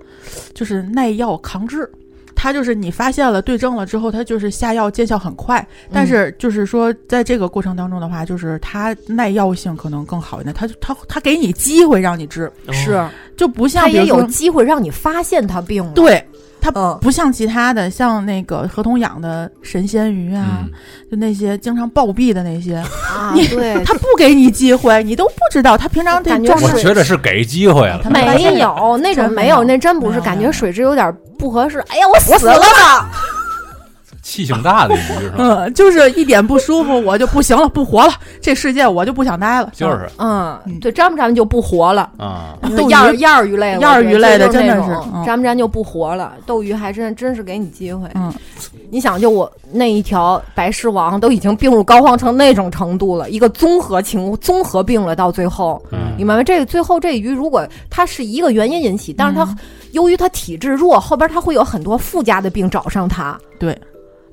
就是耐药抗治。它就是你发现了对症了之后，它就是下药见效很快，嗯但是就是说，在这个过程当中的话，就是它耐药性可能更好一点。它它它给你机会让你治，哦是，就不它 <laughs> 像比也如有说机会让你发现它病了。，对，它嗯不像其他的，像那个合同养的神仙鱼啊，嗯，就那些经常暴毙的那些，啊，你对，他不给你机会，你都不知道。他平常这感觉正我是是觉得是给机会了他，们发现没有那种真没没有，有那真不是，没有感没觉有水质有点不合适。哎呀，我死了吧！气性大的鱼是吧？嗯，就是一点不舒服，我就不行了，不活了，这世界我就不想待了。就是嗯，嗯对，沾不沾就不活了。啊，斗鱼燕儿燕儿鱼类的，燕儿鱼类的就是那真的是种嗯沾不沾就不活了。斗鱼还真真是给你机会。嗯，你想，就我那一条白狮王都已经病入膏肓成那种程度了，一个综合情综合病了，到最后，嗯你明白吗？这个最后这鱼如果它是一个原因引起，但是它、嗯由于它体质弱，后边它会有很多附加的病找上它。对，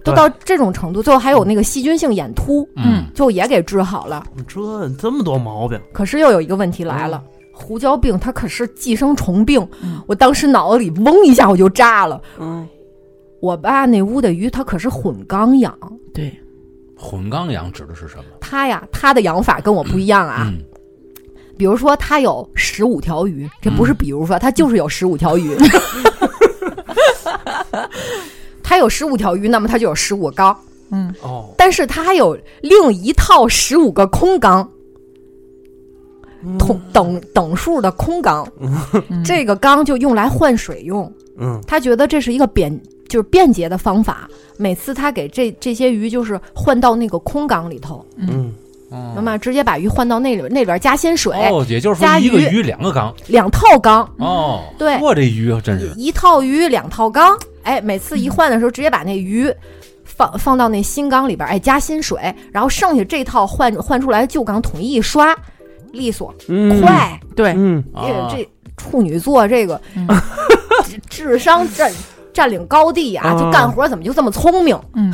都对到这种程度，最后还有那个细菌性眼突，嗯，就也给治好了。这这么多毛病，可是又有一个问题来了，胡椒病它可是寄生虫病，嗯我当时脑子里嗡一下我就炸了。嗯，我爸那屋的鱼它可是混缸养，对，混缸养指的是什么？它呀它的养法跟我不一样啊。嗯，比如说它有十五条鱼，这不是比如说，它就是有十五条 <laughs> 鱼。它有十五条鱼，那么它就有十五缸，嗯，哦，但是它还有另一套十五个空缸，同等等数的空缸，嗯这个缸就用来换水用。嗯，他觉得这是一个便就是便捷的方法。每次他给这这些鱼就是换到那个空缸里头，嗯，哦那么直接把鱼换到那里边那里边加鲜水，哦，也就是加说一个鱼鱼两个缸两套缸，哦，对哇，这鱼真是一套鱼两套缸。哎，每次一换的时候，直接把那鱼放放到那新缸里边，哎，加新水，然后剩下这套换换出来的旧缸统一一刷，利索嗯，快。对，嗯，这个啊，哎这处女座这个、嗯智商占占领高地啊，啊就干活怎么就这么聪明？嗯，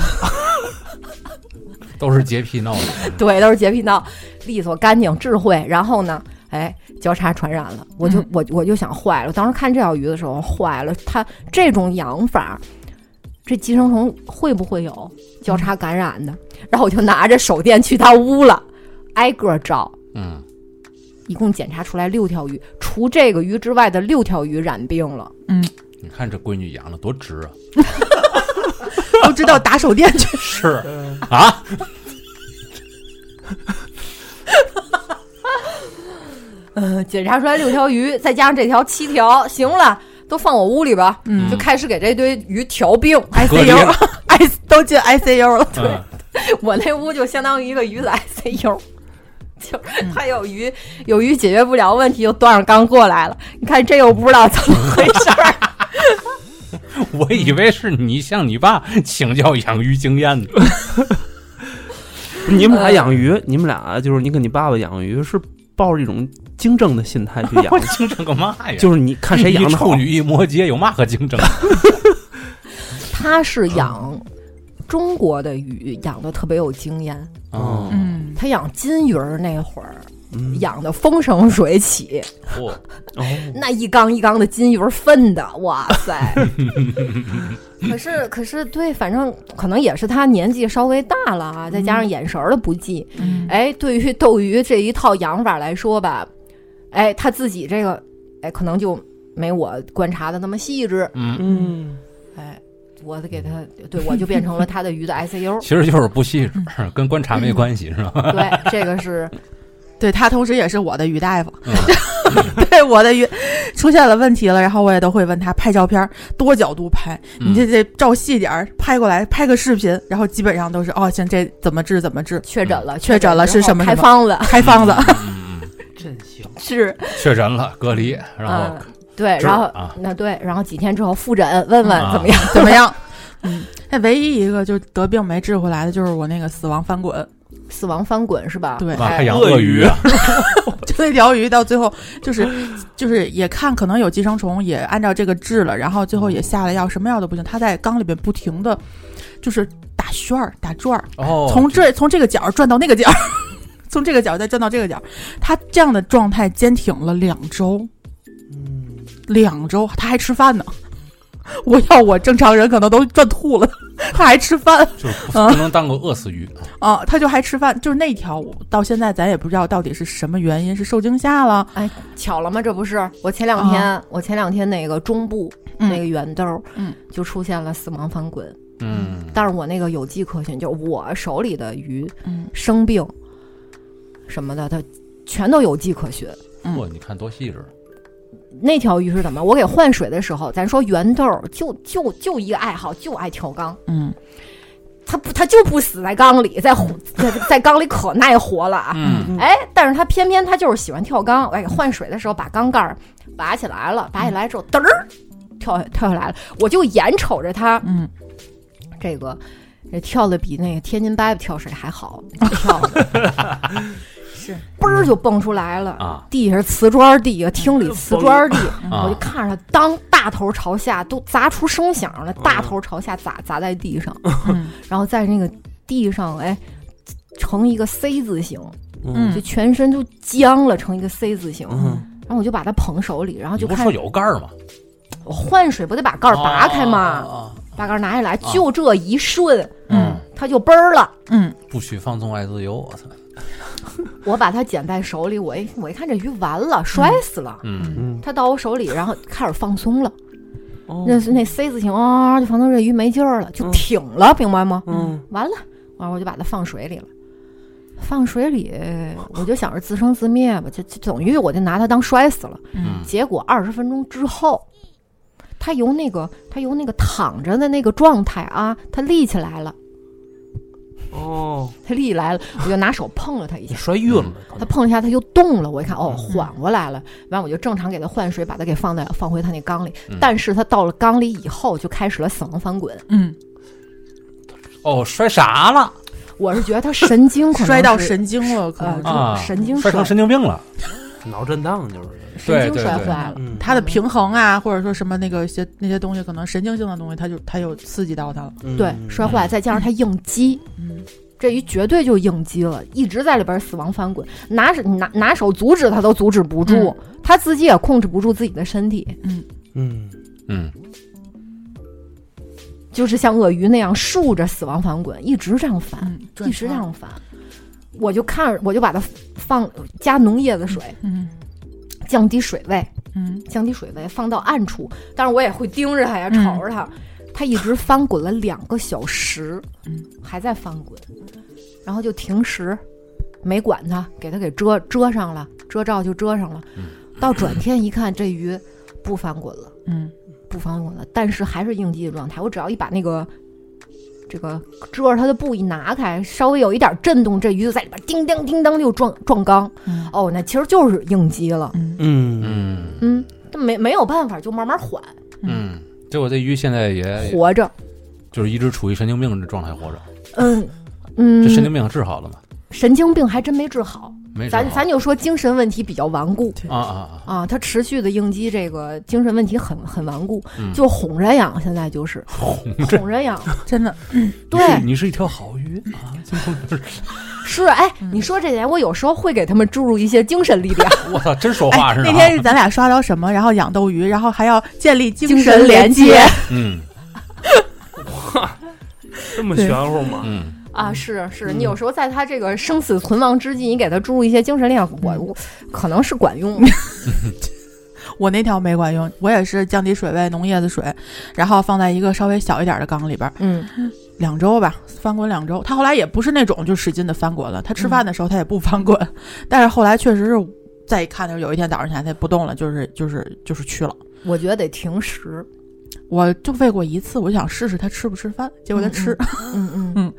都是洁癖闹的， <laughs> 对，都是洁癖闹，利索、干净、智慧。然后呢，哎，交叉传染了，我就、嗯我我就想坏了。我当时看这条鱼的时候，坏了，它这种养法，这寄生虫会不会有交嗯叉感染的？然后我就拿着手电去他屋了，挨个照。嗯，一共检查出来六条鱼，除这个鱼之外的六条鱼染病了。你看这闺女养的多值啊，都知道打手电去，是啊，嗯， <laughs> 检查出来六条鱼，再加上这条七条，行了，都放我屋里吧。嗯哎就开始给这堆鱼调病。隔离啊，I 都进 ICU 了，嗯，我那屋就相当于一个鱼 <laughs> 的 ICU，就是它有鱼，有鱼解决不了问题，就端着缸过来了。你看这又不知道怎么回事儿，嗯我以为是你向你爸请教养鱼经验呢。你们俩养鱼，你们俩就是你跟你爸爸养鱼是抱着一种竞争的心态去养我，竞争个嘛呀？就是你看谁养一的好处，女一摩羯，有嘛可竞争？ <laughs> 他是养。中国的鱼养的特别有经验，哦，嗯，他养金鱼儿那会儿，嗯养的风生水起，嚯、哦，那一缸一缸的金鱼儿分的，哇塞！可是可是对，反正可能也是他年纪稍微大了啊，再加上眼神儿的不济，嗯，哎，对于斗鱼这一套养法来说吧，哎，他自己这个哎，可能就没我观察的那么细致，嗯，嗯，哎，我给他对我就变成了他的鱼 <laughs> 的 ICU，其实就是不细致，跟观察没关系，是吧？嗯对，这个是对他同时也是我的于大夫，嗯 <laughs> 对我的于出现了问题了，然后我也都会问他拍照片儿多角度拍，嗯你这这照细点儿拍过来，拍个视频，然后基本上都是哦，行，这怎么治怎么治，确诊了，嗯确诊了之后是什么什开么方 <laughs> 了，开方子，嗯，嗯嗯真行，是确诊了，隔离，然后嗯、对，治然后、啊那对，然后几天之后复诊，问啊问怎么样？ <laughs> 怎么样？嗯，那唯一一个就是得病没治回来的，就是我那个死亡翻滚，死亡翻滚是吧？对，哇，哎还养鳄鱼啊，就那条鱼到最后就是就是也看可能有寄生虫，也按照这个治了，然后最后也下了药，什么药都不行，它在缸里边不停的就是打旋儿打转儿，哦，从这从这个角儿转到那个角儿， <laughs> 从这个角儿再转到这个角儿，它这样的状态坚挺了两周，嗯，两周它还吃饭呢。 <laughs> 我要我正常人可能都转吐了，它还吃饭就是不不能当个饿死鱼，啊，它就还吃饭，就是那条我到现在咱也不知道到底是什么原因，是受惊吓了，巧了吗？这不是我前两天，我前两天那个中部、啊嗯那个圆豆，嗯，就出现了死亡翻滚，嗯，但是我那个有迹可循，就我手里的鱼嗯生病什么的，它全都有迹可循。嗯哇，你看多细致，那条鱼是怎么？我给换水的时候，咱说圆豆就就就一个爱好，就爱跳缸。嗯它不，它就不死在缸里，在火 <laughs> 在在缸里可耐活了啊！嗯，哎，但是他偏偏他就是喜欢跳缸，哎，换水的时候把缸盖儿拔起来了，拔起来之后嘚儿跳跳下来了，我就眼瞅着他嗯，这个这跳的比那个天津白白跳水 <laughs> 还好，跳的是嘣儿就蹦出来了啊！地下是瓷砖地啊，厅里瓷砖地，啊我就看着他，当大头朝下都砸出声响了，嗯大头朝下砸砸在地上，嗯 <laughs> 然后在那个地上哎成一个 C 字形，嗯就全身就僵了，成一个 C 字形。嗯然后我就把它捧手里，然后你就不看说有盖儿吗？我换水不得把盖儿拔开吗？啊？把盖儿拿下来，就这一瞬，嗯它就嘣儿了。嗯，不许放纵爱自由，我操，我把它捡在手里，我一我一看这鱼完了，摔死了。嗯，嗯，它到我手里，然后开始放松了，哦那是那 C 字形啊，就放松这鱼没劲儿了，就嗯挺了，明白吗？嗯完了，完了我就把它放水里了。放水里，我就想着自生自灭吧，就就等于我就拿它当摔死了。嗯结果二十分钟之后，他由那个他由那个躺着的那个状态啊，他立起来了，哦，他立起来了，我就拿手碰了他一你下，摔晕了，嗯他碰了一下他就动了，我一看哦，缓过来了，完我就正常给他换水，把他给放在放回他那缸里嗯，但是他到了缸里以后就开始了死亡翻滚，嗯，哦，摔傻了，我是觉得他神经可能摔到是。神经了，可呃能，这啊种神经摔成神经病了，脑震荡就是，神经对对摔对坏了，嗯，他的平衡啊，或者说什么那个一些那些东西，可能神经性的东西，他就他有刺激到他了。嗯对，嗯摔坏，再加上他应激，嗯这鱼绝对就应激了，一直在里边死亡翻滚，拿手拿拿手阻止它都阻止不住，它自己也控制不住自己的身体，嗯，嗯，就是像鳄鱼那样竖着死亡翻滚，一直这样翻，嗯，一直这样翻。我就看，我就把它放加浓液的水，嗯降低水位，嗯降低水位，放到暗处。但是我也会盯着它呀，嗯瞅着它，它一直翻滚了两个小时嗯，还在翻滚，然后就停食，没管它，给它给遮遮上了，遮罩就遮上了嗯。到转天一看，这鱼不翻滚了，嗯不翻滚了，但是还是应激的状态。我只要一把那个。这个遮着它的布一拿开，稍微有一点震动，这鱼就在里边叮当叮当就撞撞缸。嗯哦，那其实就是应激了。嗯嗯嗯嗯，但没没有办法，就慢慢缓嗯，结果这鱼现在也活着。就是一直处于神经病的状态活着，嗯嗯，这神经病治好了吗？神经病还真没治好。没治好咱咱就说精神问题比较顽固啊啊啊，啊，他持续的应激这个精神问题很很顽固，嗯就哄着养，现在就是哄着养，真的你是对，你是一条好鱼啊，最后是，哎，你说这点，我有时候会给他们注入一些精神力量。 <laughs> 我操，真说话哎是吧？那天是咱俩刷到什么，然后养斗鱼，然后还要建立精神连连接嗯这么玄乎吗？嗯， <laughs> 啊，是是，嗯你有时候在他这个生死存亡之际，你给他注入一些精神力量，我我可能是管用。 <laughs> 我那条没管用，我也是降低水位，浓叶子水，然后放在一个稍微小一点的缸里边，嗯，两周吧，翻滚两周。它后来也不是那种就使劲的翻滚了，它吃饭的时候它也不翻滚，但是后来确实是再一看的时候，有一天早上起来它不动了，就是就是就是蛆了。我觉得得停食。我就喂过一次，我想试试它吃不吃饭，结果它吃。嗯嗯嗯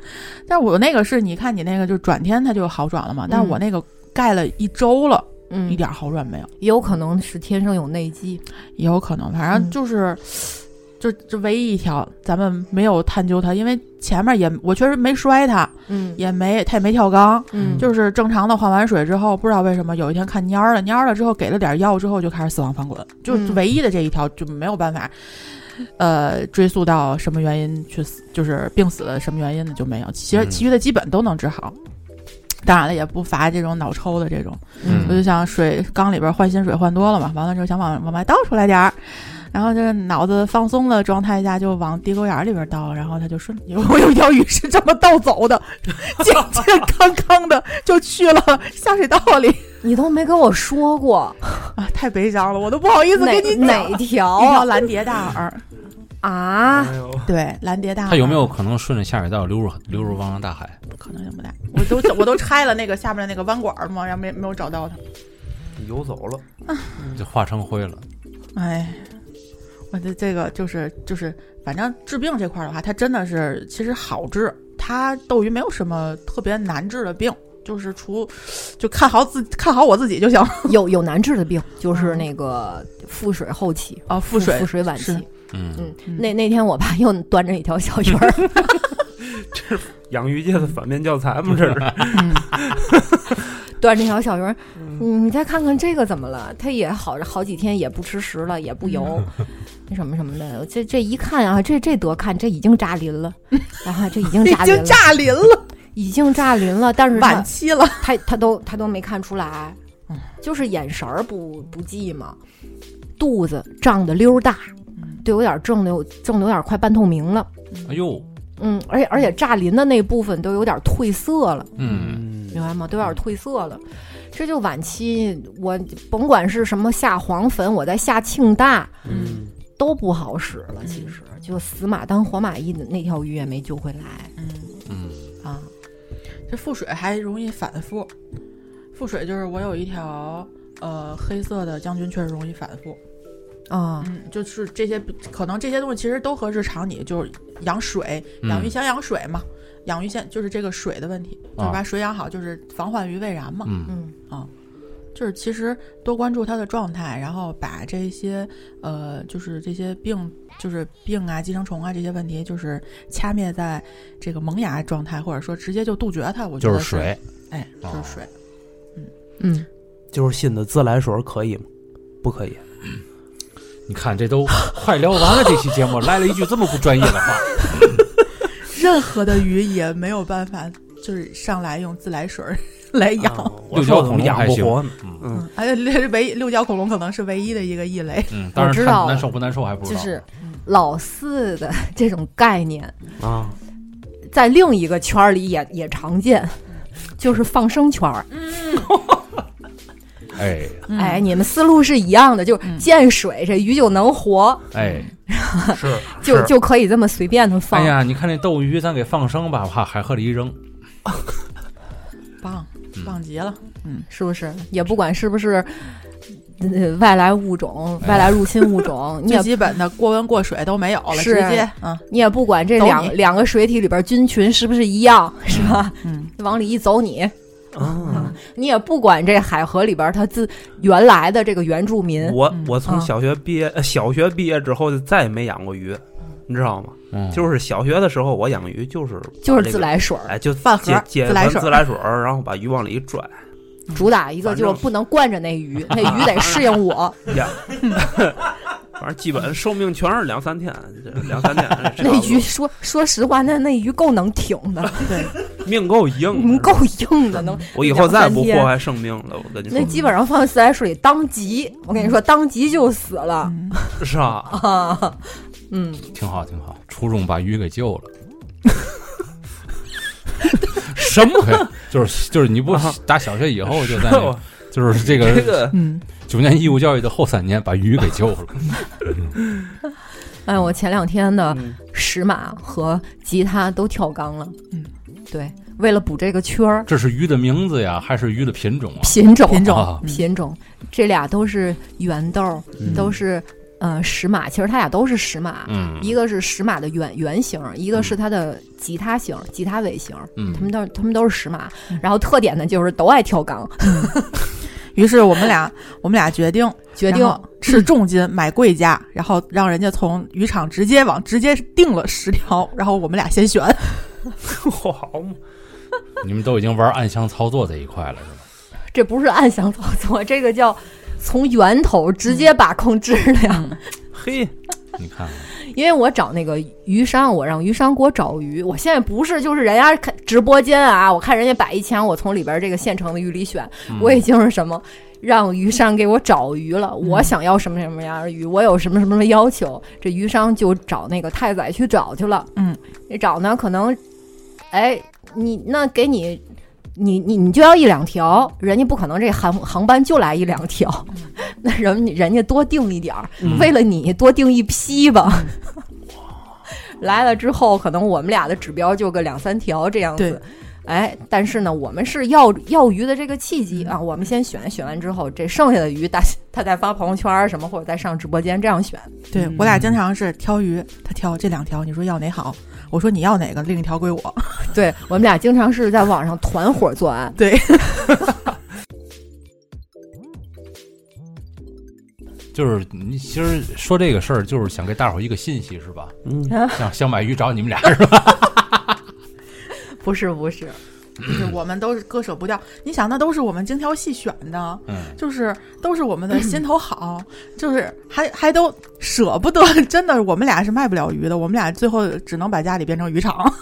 但我那个是你看你那个就转天它就好转了嘛，但是我那个盖了一周了，嗯，一点好转没有，也有可能是天生有内积。也有可能，反正嗯就是。就这唯一一条，咱们没有探究它，因为前面也我确实没摔它，嗯也没它也没跳缸，嗯，就是正常的换完水之后，不知道为什么有一天看蔫儿了，蔫儿了之后给了点药之后就开始死亡翻滚，就嗯唯一的这一条就没有办法，呃，追溯到什么原因去死，就是病死的什么原因的就没有，其实嗯其余的基本都能治好。当然了，也不乏这种脑抽的这种，嗯我嗯就想水缸里边换新水换多了嘛，完了之后想往往外倒出来点儿，然后就是脑子放松的状态下就往地沟眼儿里边倒，然后它就顺， <laughs> 有有一条鱼是这么倒走的，健 <laughs> 健康康的就去了下水道里你都没跟我说过啊，太悲伤了，我都不好意思哪跟你讲。哪条一条啊蓝蝶大耳，啊？哎呦，对，蓝蝶大耳，他有没有可能顺着下水道流入流入汪洋大海？可能性不大？我都我都拆了那个下面那个弯管儿嘛，然后没没有找到它。游走了，嗯就化成灰了。哎，我的这个就是就是，反正治病这块儿的话，它真的是其实好治，它斗鱼没有什么特别难治的病，就是除就看好自看好我自己就 <laughs> 行。有有难治的病，就是嗯那个腹水后期、啊，腹水腹 <laughs> 水晚是期。嗯嗯，那那天我爸又端着一条 <laughs> 小鱼儿，养鱼界的反面教材嘛，这是。嗯端着一条小鱼儿，嗯你再看看这个怎么了？它也好好几天也不吃食了，也不游，嗯 <laughs> 那什么什么的。这这一看啊，这这得看，这已经扎鳞 <laughs> 了，啊，这已经已扎鳞经了，炸鳞了，已经扎鳞了，但是它晚期了。他他都他都没看出来嗯，就是眼神儿不不济嘛，肚子胀得溜儿大，嗯对，有点儿正的有正的有点儿快半透明了，哎呦，嗯，而且而且炸鳞的那部分都有点儿褪色了，嗯，明白吗？都有点儿褪色了，这就晚期，我甭管是什么下黄粉，我在下庆大嗯，都不好使了，其嗯实就死马当活马医，那条鱼也没救回来嗯，嗯，啊，这腹水还容易反复，腹水就是我有一条呃黑色的将军确实容易反复。啊，嗯，就是这些，可能这些东西其实都和日常你就是养水，嗯养鱼先养水嘛，养鱼先就是这个水的问题，就是啊把水养好，就是防患于未然嘛。嗯，嗯就是其实多关注它的状态，然后把这些呃，就是这些病，就是病啊、寄生虫啊这些问题，就是掐灭在这个萌芽状态，或者说直接就杜绝它。我觉就得是，水，哎，就哦是水。嗯，就是新的自来水儿可以吗？不可以。你看这都快聊完了，这期节目来了一句这么不专业的话， <laughs> 任何的鱼也没有办法，就是上来用自来水儿 <laughs> 来养。啊六我条说怎恐么龙养还不行活呢？嗯嗯，哎呀，这是唯六角恐龙可能是唯一的一个异类。嗯，当然知看道了难受不难受还不知就道，嗯是老四的 <laughs> 这种概念。啊，在另一个圈儿里也也常见，就是放生圈儿。哎哎，你们思路是一样的，就是嗯见水这鱼就能活，哎， <laughs> 是就是就可以这么随便的放哎。呀，你看那斗鱼，咱给放生吧，怕海河里一扔，棒嗯棒极了！是不是？也不管是不是。呃外来物种、哎外来入侵物种，你最也基本的过温过水都没有了，是直接嗯你也不管这走你两两个水体里边菌群是不是一样，是吧？嗯，往里一走你，啊，你也不管这海河里边它自原来的这个原住民，我嗯我从啊小学毕业，呃小学毕业之后就再也没养过鱼，你知道吗？嗯，就是小学的时候我养鱼就是就把是这自个，来水儿，哎，就饭盒接接自来盆水自来水儿，然后把鱼往里一拽，主打一个就是反正不能惯着那鱼，那鱼得适应 <laughs> 我。。养，反正基本寿命全是两三天，这两三天那这鱼说说实话，那那鱼够能挺的，对，命 <laughs> 够硬嗯的，够硬的，能我以后再也不两三天祸害生命了。我跟你说，那基本上放在自来水里当即，我跟你说当即就死了嗯是啊，啊， <laughs> 嗯，挺好挺好，初中把鱼给救 <laughs> 了。什么？就是就是你不啊打小学以后就在那是个，就是这个这 <laughs> 个嗯，九年义务教育的后三年把鱼给救了。哎，我前两天的嗯石马和吉他都跳缸了，嗯，对，为了补这个圈儿，这是鱼的名字呀，还是鱼的品种啊？品种品种啊嗯品种，这俩都是圆豆儿，嗯都是呃石马，其实它俩都是石马，嗯，一个是石马的圆圆形，一个是它的吉他形、吉他尾形，嗯它们都它们都是石马嗯，然后特点呢就是都爱跳缸，于是我们俩我们俩决定决定 <laughs> 然后吃重金买贵价，然后让人家从渔场直接往直接定了十条，然后我们俩先选。嗯好嘛，你们都已经玩暗箱操作这一块了，是吧？这不是暗箱操作，这个叫从源头直接嗯把控质量。嘿，你看看，因为我找那个鱼商，我让鱼商给我找鱼。我现在不是就是人家看直播间啊，我看人家摆一枪，我从里边这个现成的鱼里选，嗯我已经是什么。让鱼商给我找鱼了，我想要什么什么样的鱼，我有什么什么要求，这鱼商就找那个太宰去找去了。嗯，找呢可能，哎，你那给你，你你你就要一两条，人家不可能这航航班就来一两条， <laughs> 那人人家多订一点儿，嗯为了你多订一批吧。 <laughs> 来了之后，可能我们俩的指标就个两三条这样对子。哎，但是呢，我们是要要鱼的这个契机啊，我们先选，选完之后，这剩下的鱼，大他再发朋友圈儿什么，或者再上直播间这样选。对嗯我俩经常是挑鱼，他挑这两条，你说要哪好？我说你要哪个，另一条 <laughs> 归我。对我们俩经常是在网上团伙作案。对，就是你其实说这个事儿，就是想给大伙儿一个信息，是 <laughs> 吧？嗯，想想买鱼找你们俩是吧？不是不是，就是我们都是割舍不掉。你想，那都是我们精挑细选的，嗯，就是都是我们的 <clears throat> 心头好，就是还还都舍不得。 <laughs> 真的，我们俩是卖不了鱼的，我们俩最后只能把家里变成渔场，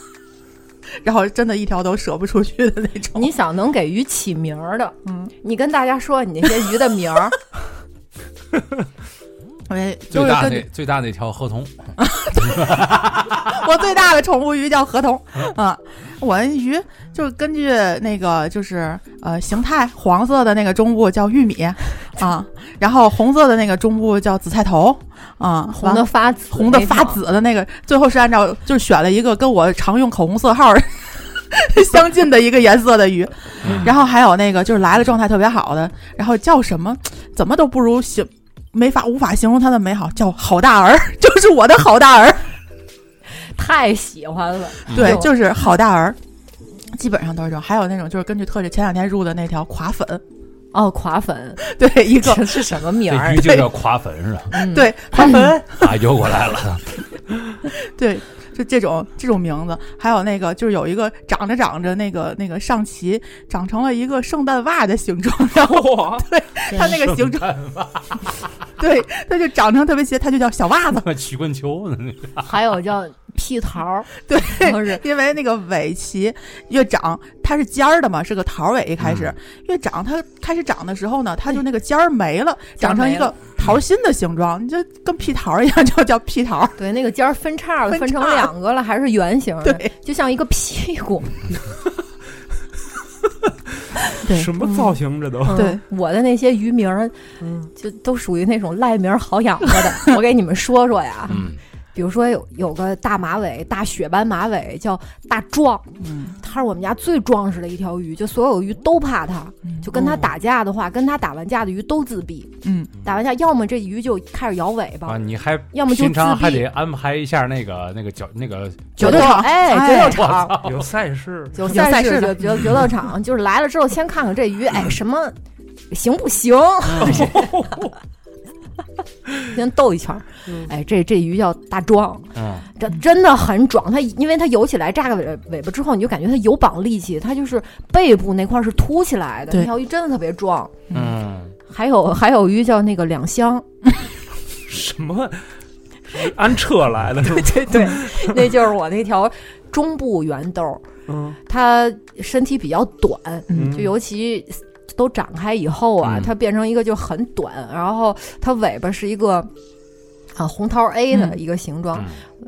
<laughs> 然后真的一条都舍不出去的那种。你想能给鱼起名儿的，嗯，你跟大家说你那些鱼的名 <laughs> 儿，哎，最都是大跟那最大那条河童，我最大的宠物鱼叫 <laughs> 河童嗯啊，我那鱼就是根据那个就是呃形态，黄色的那个中部叫玉米啊，然后红色的那个中部叫紫菜头啊，红的完发紫，红的发，紫的那个，最后是按照就是选了一个跟我常用口红色号 <laughs> 相近的一个颜色的鱼，然后还有那个就是来了状态特别好的，然后叫什么怎么都不如形没法无法形容它的美好，叫好大儿， <laughs> 就是我的好大儿。太喜欢了。对，嗯就是好大儿，基本上都是这种。还有那种就是根据特质，前两天入的那条垮粉， <laughs> 哦，垮粉，对一个这是什么名这儿鱼？就叫垮粉是吧？ <laughs> 嗯，对垮粉，啊，游过来 <laughs> 了，对就这种这种名字。还有那个就是有一个长着长着那个那个上鳍长成了一个圣诞袜的形状，然后哇，它那个形状， <laughs> 状，对它就长成特别斜，它就叫小袜子，曲棍球呢？啊还有叫屁桃 <laughs> 儿，对然后哦是因为那个尾鳍越长，它是尖儿的嘛，是个桃尾，一开始、越长，它开始长的时候呢，它就那个尖儿没了，哎尖儿长成一没了个桃心的形状，你就跟屁桃一样，就叫屁桃。对那个尖儿分叉了，分分成叉两个了，还是圆形的，对就像一个屁股。对什么造型这都？嗯 <laughs> 对，我的那些鱼名儿嗯，就都属于那种赖名儿好养活的。 <laughs> 我给你们说说呀，嗯，比如说有有个大马尾、大雪斑马尾叫大壮，嗯，它是我们家最壮实的一条鱼，就所有鱼都怕它，就跟它打架的话，跟它打完架的鱼都自闭，嗯，打完架要么这鱼就开始摇尾巴啊，，你还要么就平常自闭还得安排一下那个那个角那个决角斗斗场，场哎，哎决斗场。 <laughs> 有赛事，就有赛事事决的嗯决决斗场，就是来了之后先看看这鱼，哎，什么行不行？ <laughs> 先斗一圈儿，嗯哎，这这鱼叫大壮，嗯，这真的很壮。它因为它游起来炸个尾尾巴之后，你就感觉它有膀力气，它就是背部那块儿是凸起来的。对那条鱼真的特别壮。嗯，还有还有鱼叫那个两 <laughs> 香，什么？按车来的是吧？对，那就是我那条中部圆豆儿，嗯它身体比较短，嗯就尤其都展开以后啊，嗯它变成一个就很短，然后它尾巴是一个啊红桃 A 的嗯一个形状，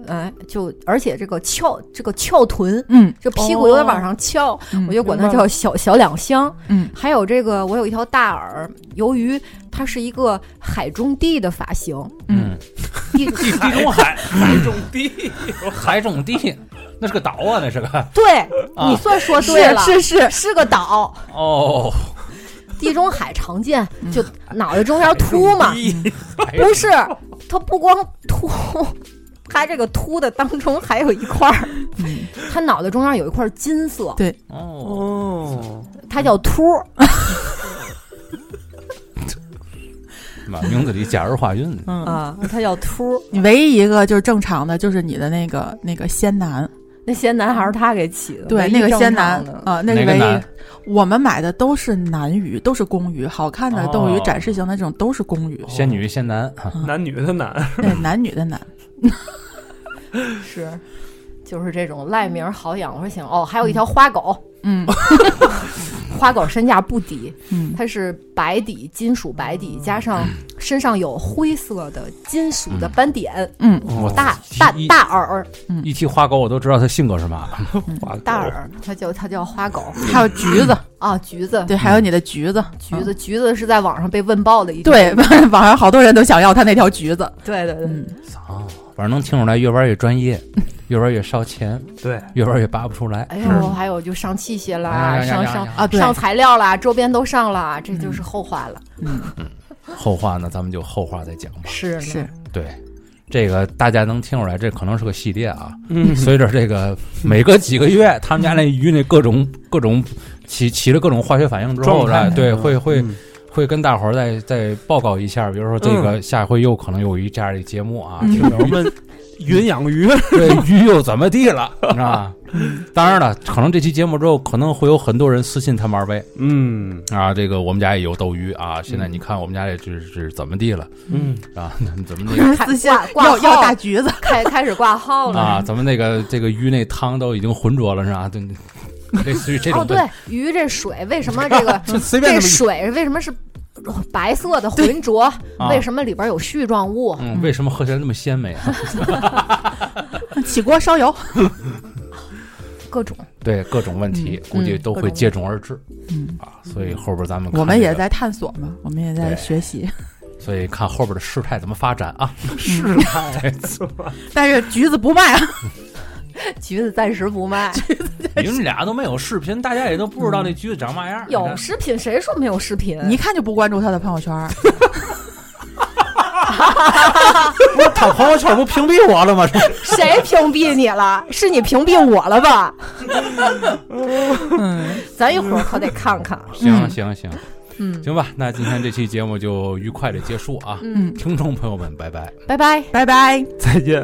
嗯哎，就而且这个翘这个翘臀，嗯，这屁股有点往上翘，嗯我就管它明白叫小小两厢。嗯还有这个，我有一条大耳，由于它是一个海中地的发型，嗯，地地地中海，嗯海中 <laughs> 地，海中地，那是个岛啊，那是个对、啊你算说对是了，是是，是个岛，哦，地中海常见，嗯就脑袋中间秃嘛，嗯海中不是，它不光秃， <laughs> 它这个秃的当中还有一块儿，嗯它脑袋中间有一块金色，哦，哦，它叫秃。把名字里假如化韵，嗯，啊，它叫秃。你唯一一个就是正常的，就是你的那个那个仙男，那仙男还是他给起的，对，唯一那个仙正常男的啊，那哪是个唯男一。我们买的都是男鱼，都是公鱼，好看的斗鱼哦展示型的这种都是公鱼，仙女仙男，哦嗯男女的男，对，男女的男，是，就是这种赖名儿好养活型。哦，还有一条花狗，嗯 <laughs> 花狗身价不低，嗯它是白底金属白底，加上嗯身上有灰色的金属的斑点，嗯，我大大一大耳一提花狗，我都知道他性格是嘛。嗯哦大耳，它叫它叫花狗嗯还有橘子，啊，橘子。对，还有你的橘子，嗯橘子，橘子是在网上被问爆的一种对， <laughs> 网上好多人都想要他那条橘子。对对对，嗯，啊，反正能听出来，越玩越专业， <laughs> 越玩越烧钱，对，越玩越拔不出来。 <laughs> 哎是呦，还有就上器械哎呀啦，呀上呀上呀啊对上材料啦，周边都上了，这就是后话了。嗯，后话呢，咱们就后话再讲吧。是是，对，这个大家能听出来，这可能是个系列啊。嗯随着这个每隔几个月，他们家那鱼那各种各种起起了各种化学反应之后，状态哎对，会会嗯会跟大伙儿再再报告一下，比如说这个下回又可能有一这样的节目啊，嗯听友 <laughs> 们云养鱼，对鱼又怎么地 <laughs> 了，你知道吧？当然了，可能这期节目之后，可能会有很多人私信他们二位嗯啊，这个我们家也有斗鱼啊，现在你看我们家这这是怎么地了嗯，啊？ <laughs> 怎么那个？私信挂要要号大橘子， <laughs> 开开始挂号 <laughs> 了啊，咱们那个这个鱼那汤都已经浑浊了是吧？对，类似于这种哦，对，鱼这水为什么这个就 <laughs> 随便这这么一水为什么是白色的浑浊？啊为什么里边有絮状物？嗯，为什么喝起来那么鲜美啊？起锅烧 <laughs> 油。各种对，各种问题嗯估计嗯都各会种接踵而至嗯，啊，所以后边咱们看我们也这个，在探索嘛，我们也在对学习。 <laughs> 所以看后边的事态怎么发展啊。是哎，但是橘子不卖啊， <laughs> 橘子暂时 <laughs> 不卖，你们俩都没有视频，大家也都不知道那橘子长嘛样。有视频谁说没有视频？ <laughs> 你一看就不关注他的朋友圈儿。他朋友圈不屏蔽我了吗？谁屏蔽你了？是你屏蔽我了 <laughs> 吧？嗯，咱一会儿可得看看。行行行嗯，行吧，那今天这期节目就愉快的结束啊，嗯听众朋友们，拜拜。 <laughs> 拜拜。拜拜。再见。